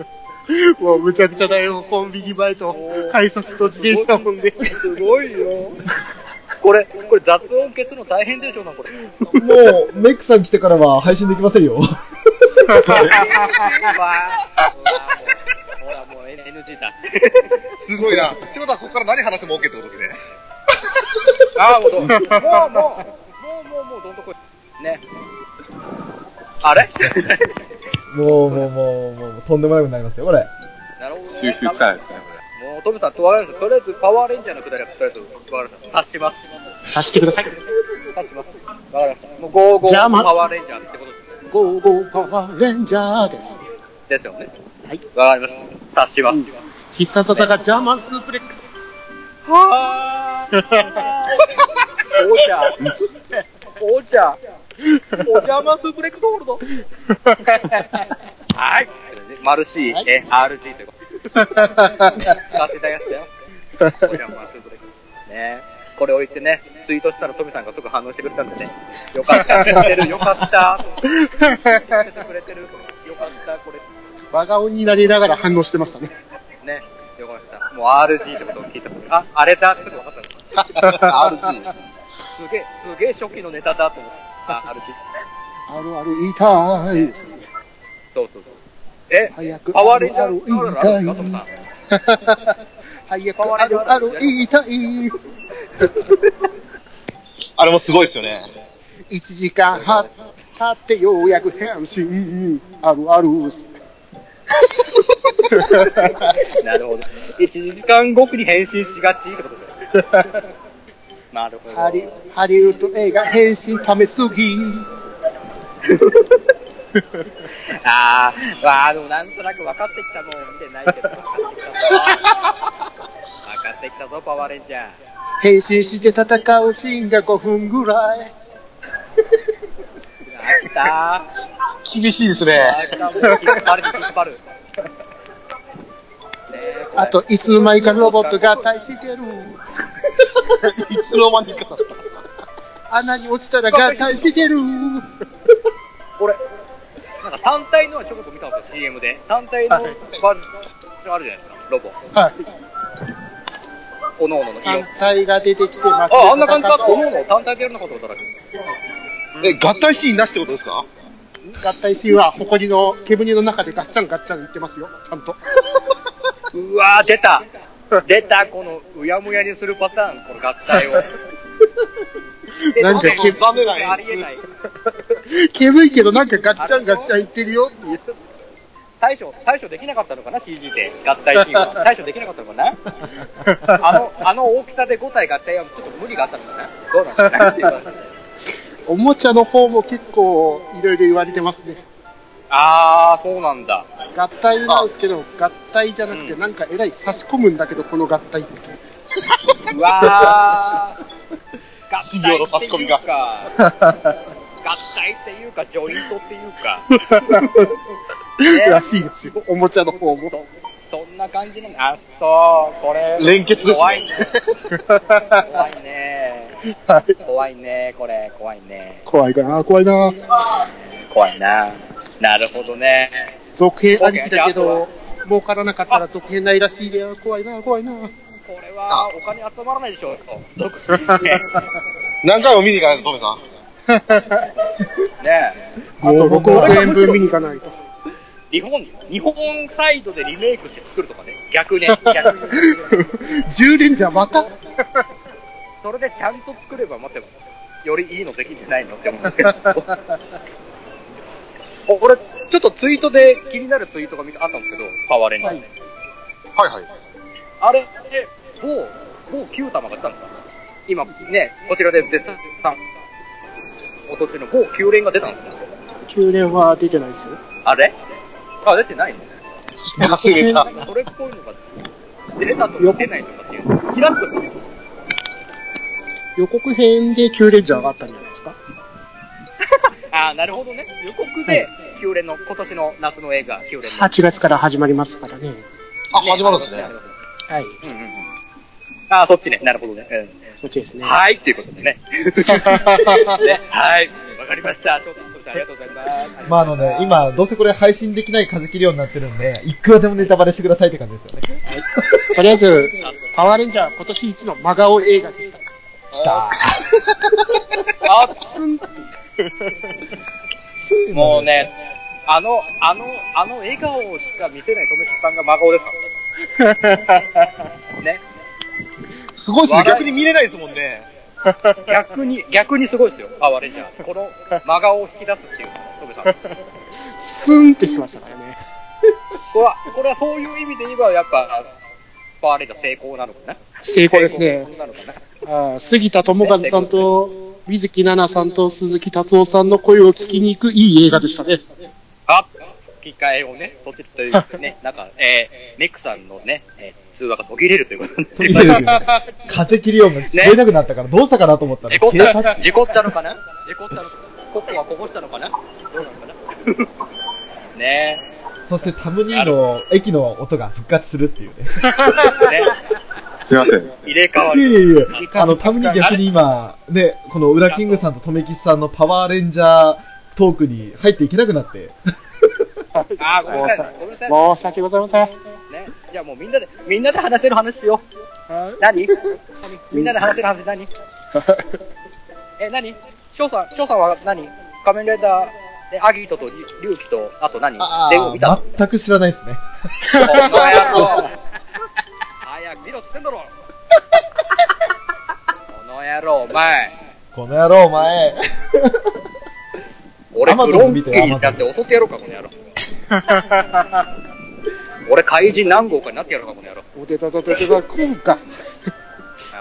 Speaker 6: もうむちゃくちゃだよ。コンビニ前と、改札と自転車音で。
Speaker 1: すごい よ。これ、これ雑音消すの大変でしょうな、これ。
Speaker 3: もう、メックさん来てからは配信できませんよ。
Speaker 1: うわーほらもう、ほらもう NG だ。
Speaker 8: すごいな。ってことは、ここから何話しても OK ってことですね。
Speaker 1: ああ、もうど、もう、もう、もう、もう、もう、どんとこい。ね。あれ
Speaker 3: もう、もう、もう、もう、とんでもなくなりますよ、これ。
Speaker 1: なるほど、ね。
Speaker 2: 収集つかないですね、これ。
Speaker 1: もう、トムさん、とりあえず、とりあえず、パワーレンジャーのくだりは、とりあえず、わかりました。察します。
Speaker 6: さしてください。
Speaker 1: 察します。わかりました。もう、ゴーゴ
Speaker 6: じゃあ
Speaker 1: ー
Speaker 6: ま
Speaker 1: パワーレンジャーってことですね
Speaker 6: ゴーゴーパワーレンジャーです。
Speaker 1: ですよね。
Speaker 6: はい。
Speaker 1: わかりました。察します。
Speaker 6: 必殺技がジャーマンスープレックス。
Speaker 1: はー。お茶。お茶。お邪魔スープレックスホールド。はい。マルシ
Speaker 6: はい
Speaker 1: ー、え、RG ということで。使わせていただきましたよ。お邪魔スープレックス。ねこれを言ってね、ツイートしたらトミさんがすぐ反応してくれたんでね。よかった、知ってる、よかった。知っててくれてる。よかった、これ。
Speaker 6: 真顔になりながら反応してましたね。
Speaker 1: ね、よかった。もう RG ってことを聞いたとき、あ、あれだ、すぐ分かったんです RG。すげえ、すげえ初期のネタだと思って。あ、RG。
Speaker 6: あるある痛いですよね。
Speaker 1: そうそうそう。え、
Speaker 6: 早く
Speaker 1: パワ
Speaker 6: あ
Speaker 1: ーレン
Speaker 6: る
Speaker 1: ジャ
Speaker 6: あ
Speaker 1: ー
Speaker 6: る
Speaker 1: パワーレンジャーあるんです
Speaker 6: 痛
Speaker 1: か
Speaker 6: い。早くあるある痛い。
Speaker 8: あれもすごいですよね。
Speaker 6: 1時間は経ってようやく変身。あるある。
Speaker 1: なるほど。1時間後に変身しがちってこと だよね。なるほど。
Speaker 6: ハリハリウッド映画変身ためすぎ。
Speaker 1: あー、わー、でもなんとなく分かってきたもん。見てないけど、分かってきたぞ。分かってきたぞ、パワーレンジャー。
Speaker 6: 変身して戦うシーンが5分ぐらい。
Speaker 1: 来 たー。
Speaker 8: 厳しいですね。
Speaker 1: あー、もう引っ張る、引っ張る。ねえこれ
Speaker 6: あと、いつの間にかロボットが対してる。
Speaker 8: いつの間にかだった。
Speaker 6: 穴に落ちたら合体してる。
Speaker 1: なんか単体のはちょこっと見たんですよ、CM で。単体のバージョンあるじゃないですか、ロボ。
Speaker 6: はい。
Speaker 1: おのおのの色
Speaker 6: 単。体が出てきて、あ
Speaker 1: あ、あんな感じだった。おのおの単体でやるのかと思ったら。
Speaker 8: え、合体シーンなしってことですか
Speaker 6: 合体シーンは、埃の煙の中でガッチャンガッチャン言ってますよ、ちゃんと。
Speaker 1: うわー、出た出たこのうやむやにするパターン、この合 体を。で
Speaker 6: なんか
Speaker 1: なんか
Speaker 8: 残念な演出
Speaker 1: ありえない。
Speaker 6: 煙いけどなんかガッチャンガッチャン言ってるよっていう。
Speaker 1: 対処、対処できなかったのかな、CG で。合体チーム は。対処できなかったのかなあの、あの大きさで5体合体はちょっと無理があったのかなどうなんですかねっていう話
Speaker 6: おもちゃの方も結構いろいろ言われてますね。
Speaker 1: あー、そうなんだ。
Speaker 6: 合体なんですけど、合体じゃなくて、なんかえらい差し込むんだけど、この合体って。
Speaker 1: うわー。合体
Speaker 9: 信用の差
Speaker 1: っ
Speaker 9: して込
Speaker 1: い
Speaker 9: み
Speaker 1: う
Speaker 9: が
Speaker 1: か、合体っていうか、ジョイントっていうか、
Speaker 6: らしいですよ、お もちゃの方も。
Speaker 1: そそんな感じなんだ。あ、そう、これ。
Speaker 9: 連結ですね
Speaker 1: 怖いね。怖いね。
Speaker 6: はい。
Speaker 1: 怖いね、これ。怖いね。
Speaker 6: 怖いな、怖いな。
Speaker 1: 怖いな。なるほどね。
Speaker 6: 続編ありきだけ
Speaker 1: オ
Speaker 6: ど、儲からなかったら続編ないらしいよ。怖いな、怖いな。
Speaker 1: これはお金集まらないでし ょう。
Speaker 9: 何回も見に行かないと、トメさん。
Speaker 1: ね
Speaker 6: 5、6億円分見に行かない と。
Speaker 1: 日本、日本サイドでリメイクして作るとかね。逆ね。逆に。
Speaker 6: 10連じゃまた
Speaker 1: それでちゃんと作れば、待って、よりいいのできんじゃないのって思うんですけど。俺、ちょっとツイートで気になるツイートが見たあったんですけど、パワーレンジャーで。
Speaker 9: はいはい。
Speaker 1: あれで、某、某九玉が出たんですか今ね、こちらで絶賛、お途中の某九連が出たんですか
Speaker 6: 9連は出てないですよ。
Speaker 1: あれあ、出てないの
Speaker 9: 忘れた。
Speaker 1: それっぽいのが、出たとか出ないとかっていう。ちらっと。
Speaker 6: 予告編で9連じゃ上がったんじゃないですか。
Speaker 1: ああ、なるほどね。予告で九連の、今年の夏の映画、九連の。
Speaker 6: 8月から始まりますからね。
Speaker 9: あ、始まるんですね。
Speaker 6: はい。
Speaker 1: うんうんうん。ああ、そっちね。なるほどね。うん
Speaker 6: そっちですね。
Speaker 1: はい、っていうこ とでね。ねはい。わかりました。ちょっとありがとうございます。
Speaker 3: まああのね、今、どうせこれ配信できない風切りようになってるんで、いくらでもネタバレしてくださいって感じですよね。
Speaker 6: とりあえず、パワーレンジャー今年一の真顔映画でした。
Speaker 3: きた。
Speaker 1: あっすん
Speaker 3: すぐ
Speaker 1: もう。ね、あの、あの、あの笑顔しか見せないとめきさんが真顔で すからね。
Speaker 9: すごいですね。逆に見れないですもんね。
Speaker 1: 逆に、逆にすごいですよ。あ、悪いじゃん。この真顔を引き出すっていう、とめさん。
Speaker 6: スーンってしてましたからね。
Speaker 1: これは、これはそういう意味で言えば、やっぱ、パワーレンジャー成功なのかな。
Speaker 6: 成功ですね。
Speaker 1: なのかな。
Speaker 6: ああ杉田智和さんと、水木奈々さんと鈴木達夫さんの声を聞きに行くいい映画でしたね。
Speaker 1: あ吹き替えをね、そっちというね、なんか、えー、メックさんのね、えー通話が途切れるということで、
Speaker 3: 途切れるよね。風切り音が聞こえなくなったから、どうしたかなと思ったら、
Speaker 1: 事故っ
Speaker 3: 消えた
Speaker 1: た、事故ったのかな事故ったのかココはこぼしたのかなどうなのかなね
Speaker 3: そしてタムニーの駅の音が復活するっていうね。
Speaker 1: え、ね
Speaker 2: すいません。
Speaker 1: 入れ替わ
Speaker 3: い
Speaker 1: る。
Speaker 3: やいやいや、あの、タムニー逆に今、ね、このウラキングさんとトメキスさんのパワーレンジャートークに入っていけなくなって、
Speaker 1: あー、ごめんなさい。ごめんなさい。
Speaker 6: 申し訳ございません。
Speaker 1: ね、じゃあもうみんなで、みんなで話せる話しよ。
Speaker 6: はいう
Speaker 1: 何みんなで話せる話何え、何翔さん、翔さんは何仮面ライダー、ね、アギートとリュウキと、あと何
Speaker 3: あ
Speaker 1: レオ見た
Speaker 3: あ、全く知らないですね。
Speaker 1: この野郎早く見ろっつってんだろこの野郎お前
Speaker 3: この野郎、お前。
Speaker 1: 俺
Speaker 3: Amazon
Speaker 1: ブロン
Speaker 3: 見
Speaker 1: キ
Speaker 3: て
Speaker 1: ーになって襲ってやろうかこの野郎俺怪人何号かになってやろうかこの野郎
Speaker 6: おてたたたてた、今回。
Speaker 1: 野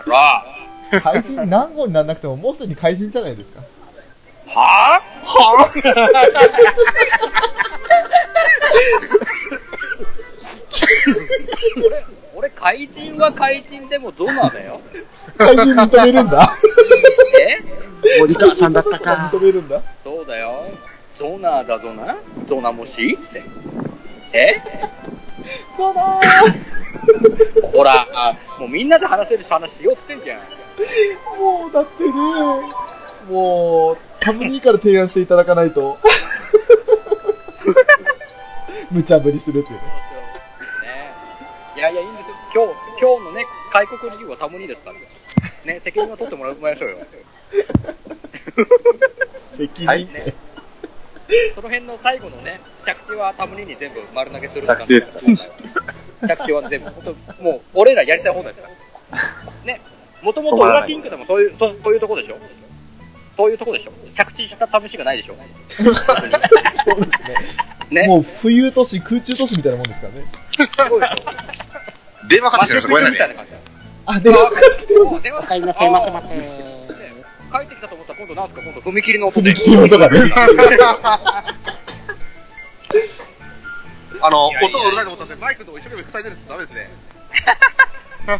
Speaker 1: 郎は
Speaker 3: 怪人何号にならなくても、もうすでに怪人じゃないですか。
Speaker 1: ぁはぁ 俺俺怪人は怪人でもゾマだよ
Speaker 3: 怪人認めるんだ。
Speaker 1: え
Speaker 6: 森川さんだったか。
Speaker 3: 認めるんだ。
Speaker 1: そうだよ。ゾナーだゾナゾナもしつって。え
Speaker 3: そうだー。
Speaker 1: ほら、あもうみんなで話せる話しようっつってんじゃん。
Speaker 3: もう、だってね、もう、タムニーから提案していただかない と。無茶ぶりするっていう
Speaker 1: ね
Speaker 3: ね。
Speaker 1: いやいや、いいんですよ。今日、今日のね、開国理由はタムニですからね。ね、責任は取ってもらいましょうよ。
Speaker 3: 責任。
Speaker 1: はいねその辺の最後のね、着地はタムニに全部丸投げする
Speaker 2: 着地ですか
Speaker 1: 着地は全部、本当もう、俺らやりたい放題ですから。ね、もともと裏キングでもそういう、そうそういうとこでしょそういうとこでしょ着地した試しがないでしょ
Speaker 3: そうですね。
Speaker 1: ね
Speaker 3: もう浮遊都市、空中都市みたいなもんですからね。
Speaker 1: すごいでし
Speaker 10: 電話か
Speaker 1: ょマ
Speaker 10: かって
Speaker 1: ジック
Speaker 10: きたんですよ、これ
Speaker 1: み
Speaker 10: 何
Speaker 1: たいな感じ
Speaker 3: あ、電話かかってきてまし
Speaker 1: 電話
Speaker 6: お帰りなさいませませ。
Speaker 1: 帰ってきたと思ったら今度なんすか今度踏切の
Speaker 3: た。
Speaker 1: 音 で
Speaker 3: 踏切の音がね。
Speaker 10: あの、
Speaker 11: いやいや
Speaker 10: 音がうるさいと思ったんで、マイクと一生懸命塞いでるんですダメですね。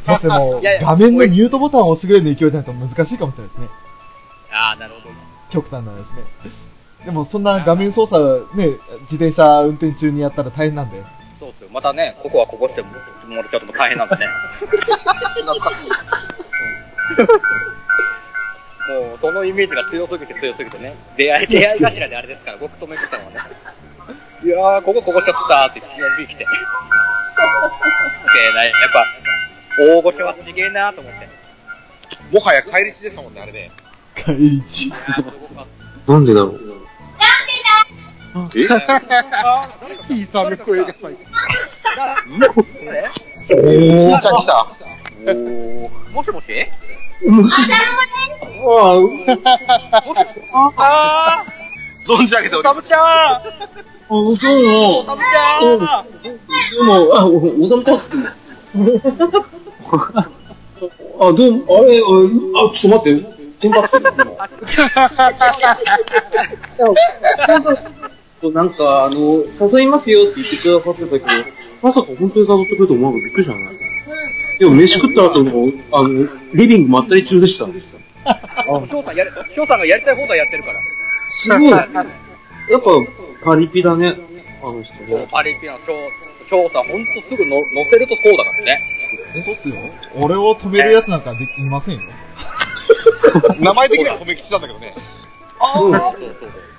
Speaker 3: そしてもう
Speaker 1: いやい、や
Speaker 3: 画面のミュートボタンを押すぐらいの勢いじゃないと難しいかもしれないですね。
Speaker 11: ああ、なるほど。
Speaker 3: 極端な話ね。でもそんな画面操作、ね、自転車運転中にやったら大変なんで。
Speaker 1: そうっすよまたねここはここしてももらっちゃうともう大変なんでね もうそのイメージが強すぎて強すぎてね出会い出会い頭であれですから僕とめくさんはねいやーここここしちゃったーって呼び来てすげえなやっぱ大御所はちげえなーと思って
Speaker 10: もはや帰り道でしたもんね、あ れね。
Speaker 3: 回 一。
Speaker 12: なんでだろう。
Speaker 6: ひいさみ声が最
Speaker 1: 誰
Speaker 10: おー、ちゃん来た。
Speaker 1: もしもし
Speaker 12: あ
Speaker 1: あ
Speaker 10: 存じ上げてお
Speaker 1: ー
Speaker 10: りま
Speaker 1: タ
Speaker 10: す。
Speaker 1: ブちゃん
Speaker 12: あ、おそうも、
Speaker 1: タブちゃん
Speaker 12: どうも、あ、お、おさむた。あ、どうも、あれ、あ、あちょっと待って、テンパってる。今なんか、あの、誘いますよって言ってくださってたけど、まさか本当に誘ってくると思わなくてびっくりじゃないでも飯食った後の、あの、リビングまったり中でした。
Speaker 1: 翔さんやれ翔さんがやりたい放題やってるから
Speaker 12: すごい。やっぱ、パリピだね、あの人ね。
Speaker 1: パリピアン、ショー、ショーさん、ほんとすぐの乗せるとこうだからね。
Speaker 3: え、そうっすよ。俺を止めるやつなんかできませんよ。
Speaker 10: 名前的には褒め吉なんだけどね。
Speaker 1: そうそう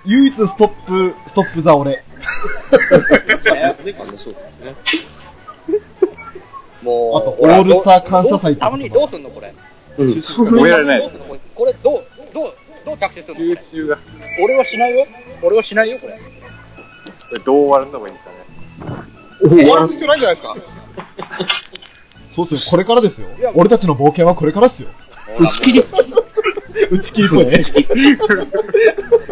Speaker 3: 唯一ストップ、ストップザ俺。
Speaker 12: そうですね。
Speaker 1: もう、
Speaker 3: あとオールスター感謝祭ってこと
Speaker 1: たまにどうすんのこれ。
Speaker 12: うん。
Speaker 2: 止められない
Speaker 1: どう
Speaker 2: です
Speaker 1: んのこれ。これどう、どう、どう着手するの
Speaker 2: 収
Speaker 1: こ
Speaker 2: 集が、こ
Speaker 1: れ俺はしないよ。俺はしないよ、これ。
Speaker 2: れどう終わらせた方がいいんですかね。
Speaker 10: 終わる必要ないんじゃないですか。
Speaker 3: そうっすよ。これからですよ
Speaker 1: いや。
Speaker 3: 俺たちの冒険はこれからっすよ。
Speaker 1: 打ち切り。
Speaker 3: 打ち切りそうね。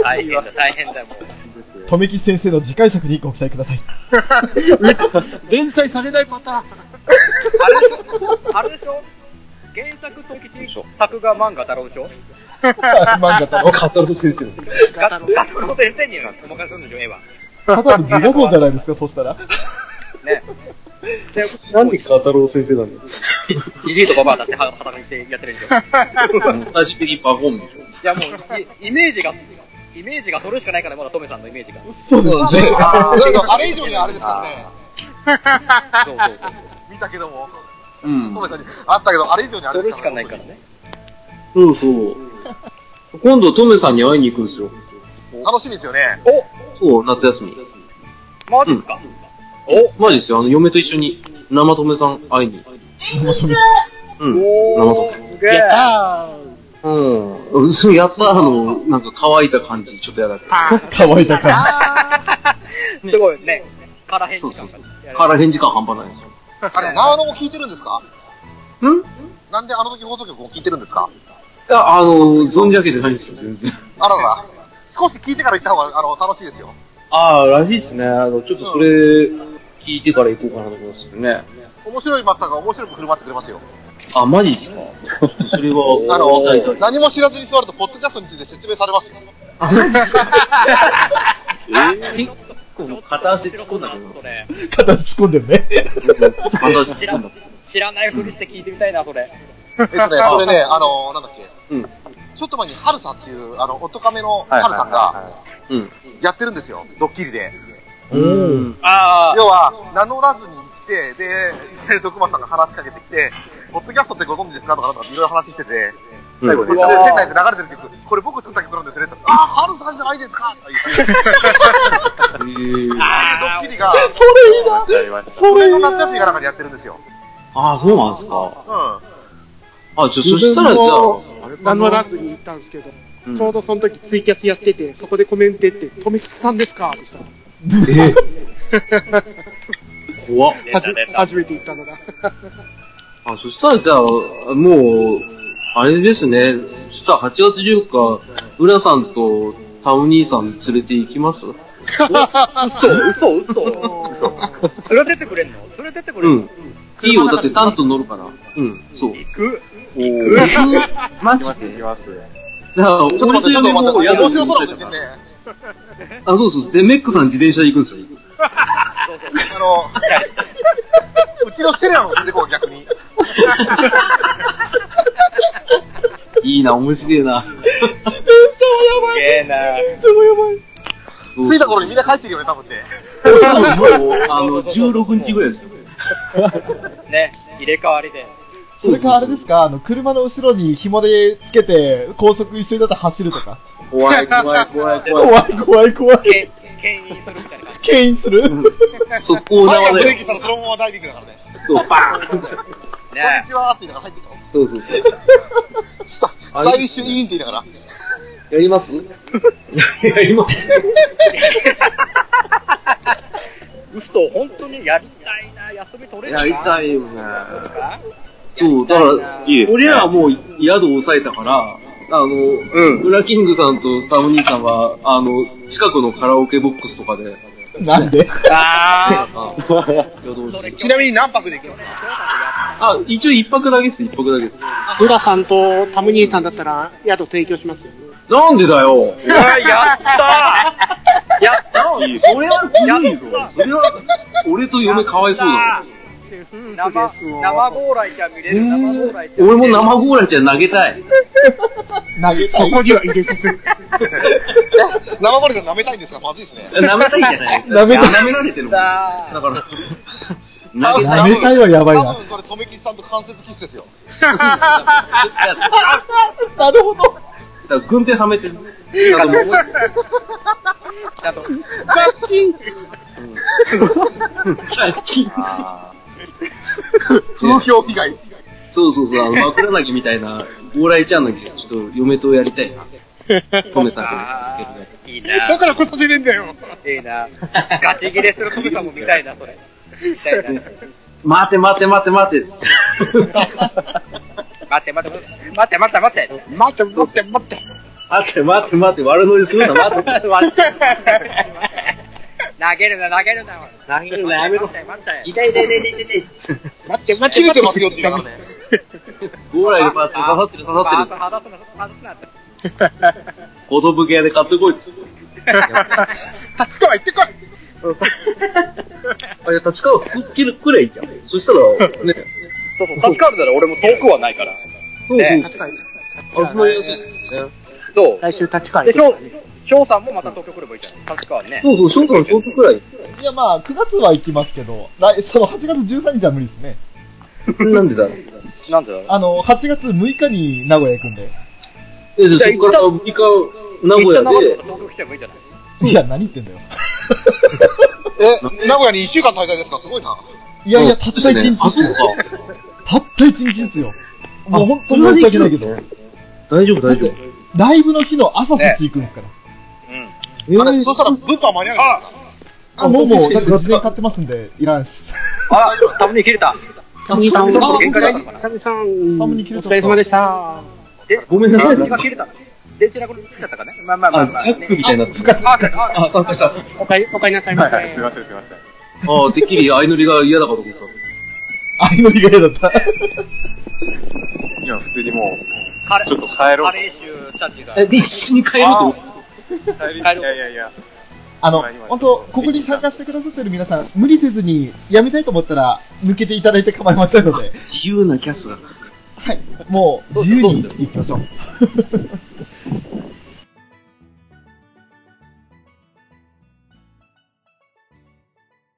Speaker 1: 大変だ、大変だ、もう。
Speaker 2: ですよ。
Speaker 3: とめきち先生の次回作にご期待ください。
Speaker 6: 連載されないパターン。
Speaker 1: あれでしょあれでしょ原作、トキチ、作画漫画太郎でしょ
Speaker 3: 漫画太郎。
Speaker 12: カタログ先生。
Speaker 1: ガガトロ先生にはお任せするんでしょ、絵は。
Speaker 3: ただの自画像じゃないですか、そしたら。
Speaker 1: で、
Speaker 12: なんでカタログ先生なんだ
Speaker 1: じじいとババア出して、は裸にしてやってるんでしょ。
Speaker 12: 最終的にバゴンでしょ。
Speaker 1: いやもう、いイメージが、イメージがそれしかないから、まだトメさんのイメージが。
Speaker 3: そうですね。
Speaker 10: あなんかあれ以上にあれですからね。
Speaker 1: そうそうそう。
Speaker 10: 見たけども、
Speaker 12: うん
Speaker 10: トメさんにあったけど、あれ以上にあ
Speaker 1: そ
Speaker 10: れ
Speaker 1: れ
Speaker 10: で
Speaker 1: し
Speaker 10: す
Speaker 1: か
Speaker 10: から
Speaker 1: な
Speaker 10: ね
Speaker 1: いからね。
Speaker 12: そうそう。今度、トメさんに会いに行くんですよ。
Speaker 10: 楽しみですよね。
Speaker 12: そう、夏休み。
Speaker 1: マジっすか、
Speaker 12: マジですよ、あの、嫁と一緒に、生トメさん会いに。
Speaker 3: 生とめ
Speaker 12: うん。
Speaker 1: おー、すげえ。
Speaker 12: うん。そう、やった、あの、なんか乾いた感じ、ちょっとやだった。
Speaker 3: 乾いた感
Speaker 1: すごいね。からへん時
Speaker 12: そ
Speaker 1: 間
Speaker 12: う
Speaker 1: が
Speaker 12: そ。から返時間半端ないんですよ。
Speaker 10: あれ、長野も聞いてるんですか
Speaker 12: んい
Speaker 10: なんであの時放送局も聞いてるんですか
Speaker 12: や、あの、存じ上げてないんですよ、全然。
Speaker 10: あらら。少し聞いてから行った方が、あの、楽しいですよ。
Speaker 12: ああ、らしいっすね。あの、ちょっとそれ、聞いてから行こうかなと思いますけどね。
Speaker 10: 面白いマスターが面白く振る舞ってくれますよ。
Speaker 12: あ、マジっす かそれは、
Speaker 10: あ
Speaker 12: 期待通
Speaker 10: の、
Speaker 12: り
Speaker 10: 何も知らずに座ると、ポッドキャストについて説明されます よ。
Speaker 12: あ、マジっすか え結構、片足突っ込んだけど。
Speaker 1: それ。
Speaker 3: じ。片足突っ込んでるね。
Speaker 12: 片足突っ込んだ。
Speaker 1: 知らないふりして聞いてみたいな、それ。
Speaker 10: えっとね、それね、あの、なんだっけ。
Speaker 12: うん
Speaker 10: ちょっと前に、ハルさんっていう、あの、オトカメのハルさんが、
Speaker 12: いはいうん
Speaker 10: やってるんですよ、ドッキリで。
Speaker 12: うん。
Speaker 1: ああ、
Speaker 10: 要は、名乗らずに行って、で、 いきなり徳間さんが話しかけてきて、ポッドキャストってご存知ですかとかなんとかいろいろ話してて、
Speaker 12: 最後
Speaker 10: これ、
Speaker 1: うわー
Speaker 10: 店内で流れてる曲、これ僕作った曲なんですよね、とあー、ハルさんじゃないですかとか言って、ドッキリが、
Speaker 3: それいいな。
Speaker 2: わかりました。
Speaker 3: それいい
Speaker 10: の
Speaker 3: な。
Speaker 10: 夏休みかなんかでやってるんですよ。
Speaker 12: ああ、そうなんですか。
Speaker 10: う
Speaker 12: あ、じゃあ、そしたら、じゃあ、
Speaker 6: 名乗らずに行ったんですけど、
Speaker 12: うん
Speaker 6: ちょうどその時ツイキャスやってて、そこでコメントやって、とめきちさんですかってしたら
Speaker 12: ええ怖っ
Speaker 6: はじ初めて行ったのが。
Speaker 12: あ、そしたらじゃあ、もう、あれですね。そしたら8月14日、浦さんとタウ兄さん連れて行きます
Speaker 1: 嘘、嘘、嘘。
Speaker 2: 嘘。
Speaker 1: 連れてってくれんの連れてってくれ
Speaker 12: うん
Speaker 1: の
Speaker 12: ん。いいよ、だって炭素乗るから。うん、 そう。
Speaker 1: 行く
Speaker 12: おー。マ
Speaker 2: 行きま
Speaker 12: ジ
Speaker 2: す、行
Speaker 12: で
Speaker 2: きます。
Speaker 12: だから、
Speaker 10: ちょっと待って、ちょっと待って、
Speaker 12: 俺
Speaker 10: 面
Speaker 12: と嫁も宿
Speaker 10: 白
Speaker 12: に
Speaker 10: そ
Speaker 12: 行
Speaker 10: うな
Speaker 12: っ
Speaker 10: こ
Speaker 12: て
Speaker 10: と
Speaker 12: たか
Speaker 10: 言ってん
Speaker 12: ら。
Speaker 10: ね。
Speaker 12: あ、そうそうそう。で、メックさん自転車で行くんですよ。
Speaker 1: そうそう
Speaker 10: あの、うちのセレナの出てこう、逆 に。
Speaker 12: いいな、面白いな。
Speaker 1: すげえな
Speaker 12: 着
Speaker 10: 着いた頃にみんな帰ってるよね、多分ね。
Speaker 12: あの、16日ぐらいですよ。
Speaker 1: ね、入れ替わりで。
Speaker 3: それかあれですか、あの、車の後ろに紐でつけて、高速一緒になって走るとか。
Speaker 12: 怖い怖い怖い怖い。
Speaker 3: 怖い怖い怖い。
Speaker 1: け牽引するみたいな感じ。
Speaker 3: 牽引する
Speaker 12: 速攻
Speaker 10: 前
Speaker 12: 縄
Speaker 10: がブ
Speaker 12: だ
Speaker 10: レーキ
Speaker 12: よ。
Speaker 10: したらそのままダイビングだからね。
Speaker 12: そう、バーン
Speaker 10: こん
Speaker 1: ね
Speaker 10: にちはーって言いながら入ってき
Speaker 12: そうそうそう。
Speaker 10: た。スタ
Speaker 12: あ
Speaker 10: スタイリッシュイーンって言いながら。
Speaker 12: やりますやります。
Speaker 1: 嘘、本当にやりたいな。休み取れる
Speaker 12: や
Speaker 1: か
Speaker 12: りたいよね。
Speaker 1: か
Speaker 12: そう、だから、
Speaker 1: いいですね
Speaker 12: 俺らはもう宿を抑えたから、あの、
Speaker 1: うん。
Speaker 12: ウラキングさんとタム兄さんは、あの、近くのカラオケボックスとかで、
Speaker 3: なんで
Speaker 1: あ
Speaker 12: あ夜通し。
Speaker 10: ちなみに何泊で行くの
Speaker 12: あ、一応一泊だけです、一泊だけです。
Speaker 6: ブラさんとタム兄さんだったら宿提供しますよ。
Speaker 12: なんでだよ
Speaker 1: ーうわ、やったーやった
Speaker 12: それはずるいぞ。それは、俺と嫁かわいそうだもん。
Speaker 1: 生、生ゴーライちゃん見れる生ゴーライちゃん。
Speaker 12: 俺も生ゴーラちゃん投げたい。
Speaker 3: 投げ
Speaker 6: そ
Speaker 3: たい。
Speaker 6: こには入れさせる。
Speaker 10: 生ゴリラ舐めたいんですが、まずいですね。
Speaker 12: 舐めたいじゃない。
Speaker 3: 舐めたい
Speaker 12: 舐められてるもん。だ
Speaker 1: だ
Speaker 12: から、投げ
Speaker 3: や
Speaker 12: たい。
Speaker 3: めたいはやばい
Speaker 10: 多
Speaker 3: な。
Speaker 10: 分これ、とめきさんと関節キスですよ。
Speaker 12: そうです。だか
Speaker 3: なるほど。
Speaker 12: ら軍手は めて、なんかもう
Speaker 1: あと、
Speaker 12: さっき
Speaker 2: あ
Speaker 10: 風評被害。
Speaker 12: そうそうそう、あの、枕投げみたいな、ゴーライちゃんのちょっと嫁とやりたいな。トメさんからですけどね。
Speaker 1: いいな。
Speaker 6: だからこそせねえんだよ。
Speaker 1: いいな。ガチ切れするトムさんも見たいな、それ。見たいな。
Speaker 12: 待て待て待て待てっつって。
Speaker 1: 待って待って待って待って待って
Speaker 6: 待って待って待って。
Speaker 12: 待って待って待て、悪乗りするな、待って。
Speaker 1: 待って投げるな投げるな
Speaker 12: 投げるのやめろ
Speaker 1: 待。って待って
Speaker 12: 痛い痛い痛い痛い痛い。
Speaker 6: 待って待
Speaker 10: 切
Speaker 6: って待
Speaker 10: れて
Speaker 6: って
Speaker 10: ますよって言いながらね。
Speaker 12: ゴーライで刺さってる刺さってる。
Speaker 1: ああと外すな外す
Speaker 12: ゴトブ屋で買ってこいっつって。
Speaker 6: 立川行ってこい。
Speaker 12: あ、いや、立川くけるくれいいじゃん。そしたら、ね、
Speaker 1: そうそう立川だら俺も遠くはないから
Speaker 12: そうそう
Speaker 1: ね
Speaker 12: そう。あその優しいっすよね。
Speaker 1: そう
Speaker 6: 来週立川
Speaker 1: で
Speaker 6: 行
Speaker 1: しょ翔さんもまた東京来ればいいじゃん立川にね
Speaker 12: そうそう、翔さん遠くくらい。
Speaker 3: いや、まあ、9月は行きますけど、来、その8月13日は無理ですね。
Speaker 12: なんでだろう。
Speaker 1: なんでだろう
Speaker 3: あの、8月6日に名古屋行くんで。
Speaker 12: え、で、そこから6日、名古屋で、
Speaker 1: 東京来ちゃえばいいじゃない
Speaker 3: いや、何言ってんだよ。
Speaker 10: え、名古屋に1週間滞在ですかすごいな。
Speaker 3: いやいや、
Speaker 12: そ
Speaker 3: たっ
Speaker 12: う
Speaker 3: た1
Speaker 12: あ、
Speaker 3: 日
Speaker 12: そ
Speaker 3: で
Speaker 12: う
Speaker 3: すよ。
Speaker 12: か。
Speaker 3: たった1日ですよ。もう本当に申し訳ないけど、
Speaker 12: 大丈夫、大丈夫。
Speaker 3: ライブの日の朝そっち行くんですから。
Speaker 12: えー
Speaker 10: あれ、そしたら物販間に合うから。
Speaker 3: あ、もうもう、だって事前買ってますん で、いらんし。
Speaker 1: あたぶに切れた
Speaker 6: タム兄さん、
Speaker 1: ちょっと
Speaker 6: タ
Speaker 1: 限界だったのかな
Speaker 6: ムさん、
Speaker 3: タ
Speaker 6: お
Speaker 3: ムに切れちゃった
Speaker 6: 疲れ様でした。
Speaker 12: ごめんなさい
Speaker 1: 電。池が切れた電池なくなっちゃったかねまあまあまあま
Speaker 12: あ、
Speaker 1: あ
Speaker 12: チャックみたいになって
Speaker 3: 復
Speaker 12: る。
Speaker 3: 活。
Speaker 1: ああ
Speaker 12: あ、参加した。あ
Speaker 6: おかえおかえりなさい
Speaker 2: ー
Speaker 6: ま
Speaker 2: は
Speaker 6: せ。
Speaker 2: いはい、すいません、すいません。
Speaker 12: ー、てっきり相乗りが嫌だかと思った。
Speaker 3: 相乗りが嫌だった。
Speaker 2: 今、普通にも
Speaker 1: カレ
Speaker 2: う、ちょっと帰ろ
Speaker 1: カ
Speaker 2: うと。
Speaker 1: レー臭たちが
Speaker 12: え、で、一緒に帰ろうと思った。
Speaker 2: 帰りい
Speaker 1: 帰
Speaker 2: や
Speaker 1: ろう
Speaker 2: いやいや、
Speaker 3: あの、本当ここに参加してくださってる皆さん、無理せずに、やめたいと思ったら、抜けていただいて構いませんので、
Speaker 12: 自由なキャスだ。
Speaker 3: はい。もう、自由に行きましょう。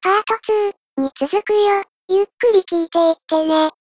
Speaker 4: パート2に続くよ。ゆっくり聞いていってね。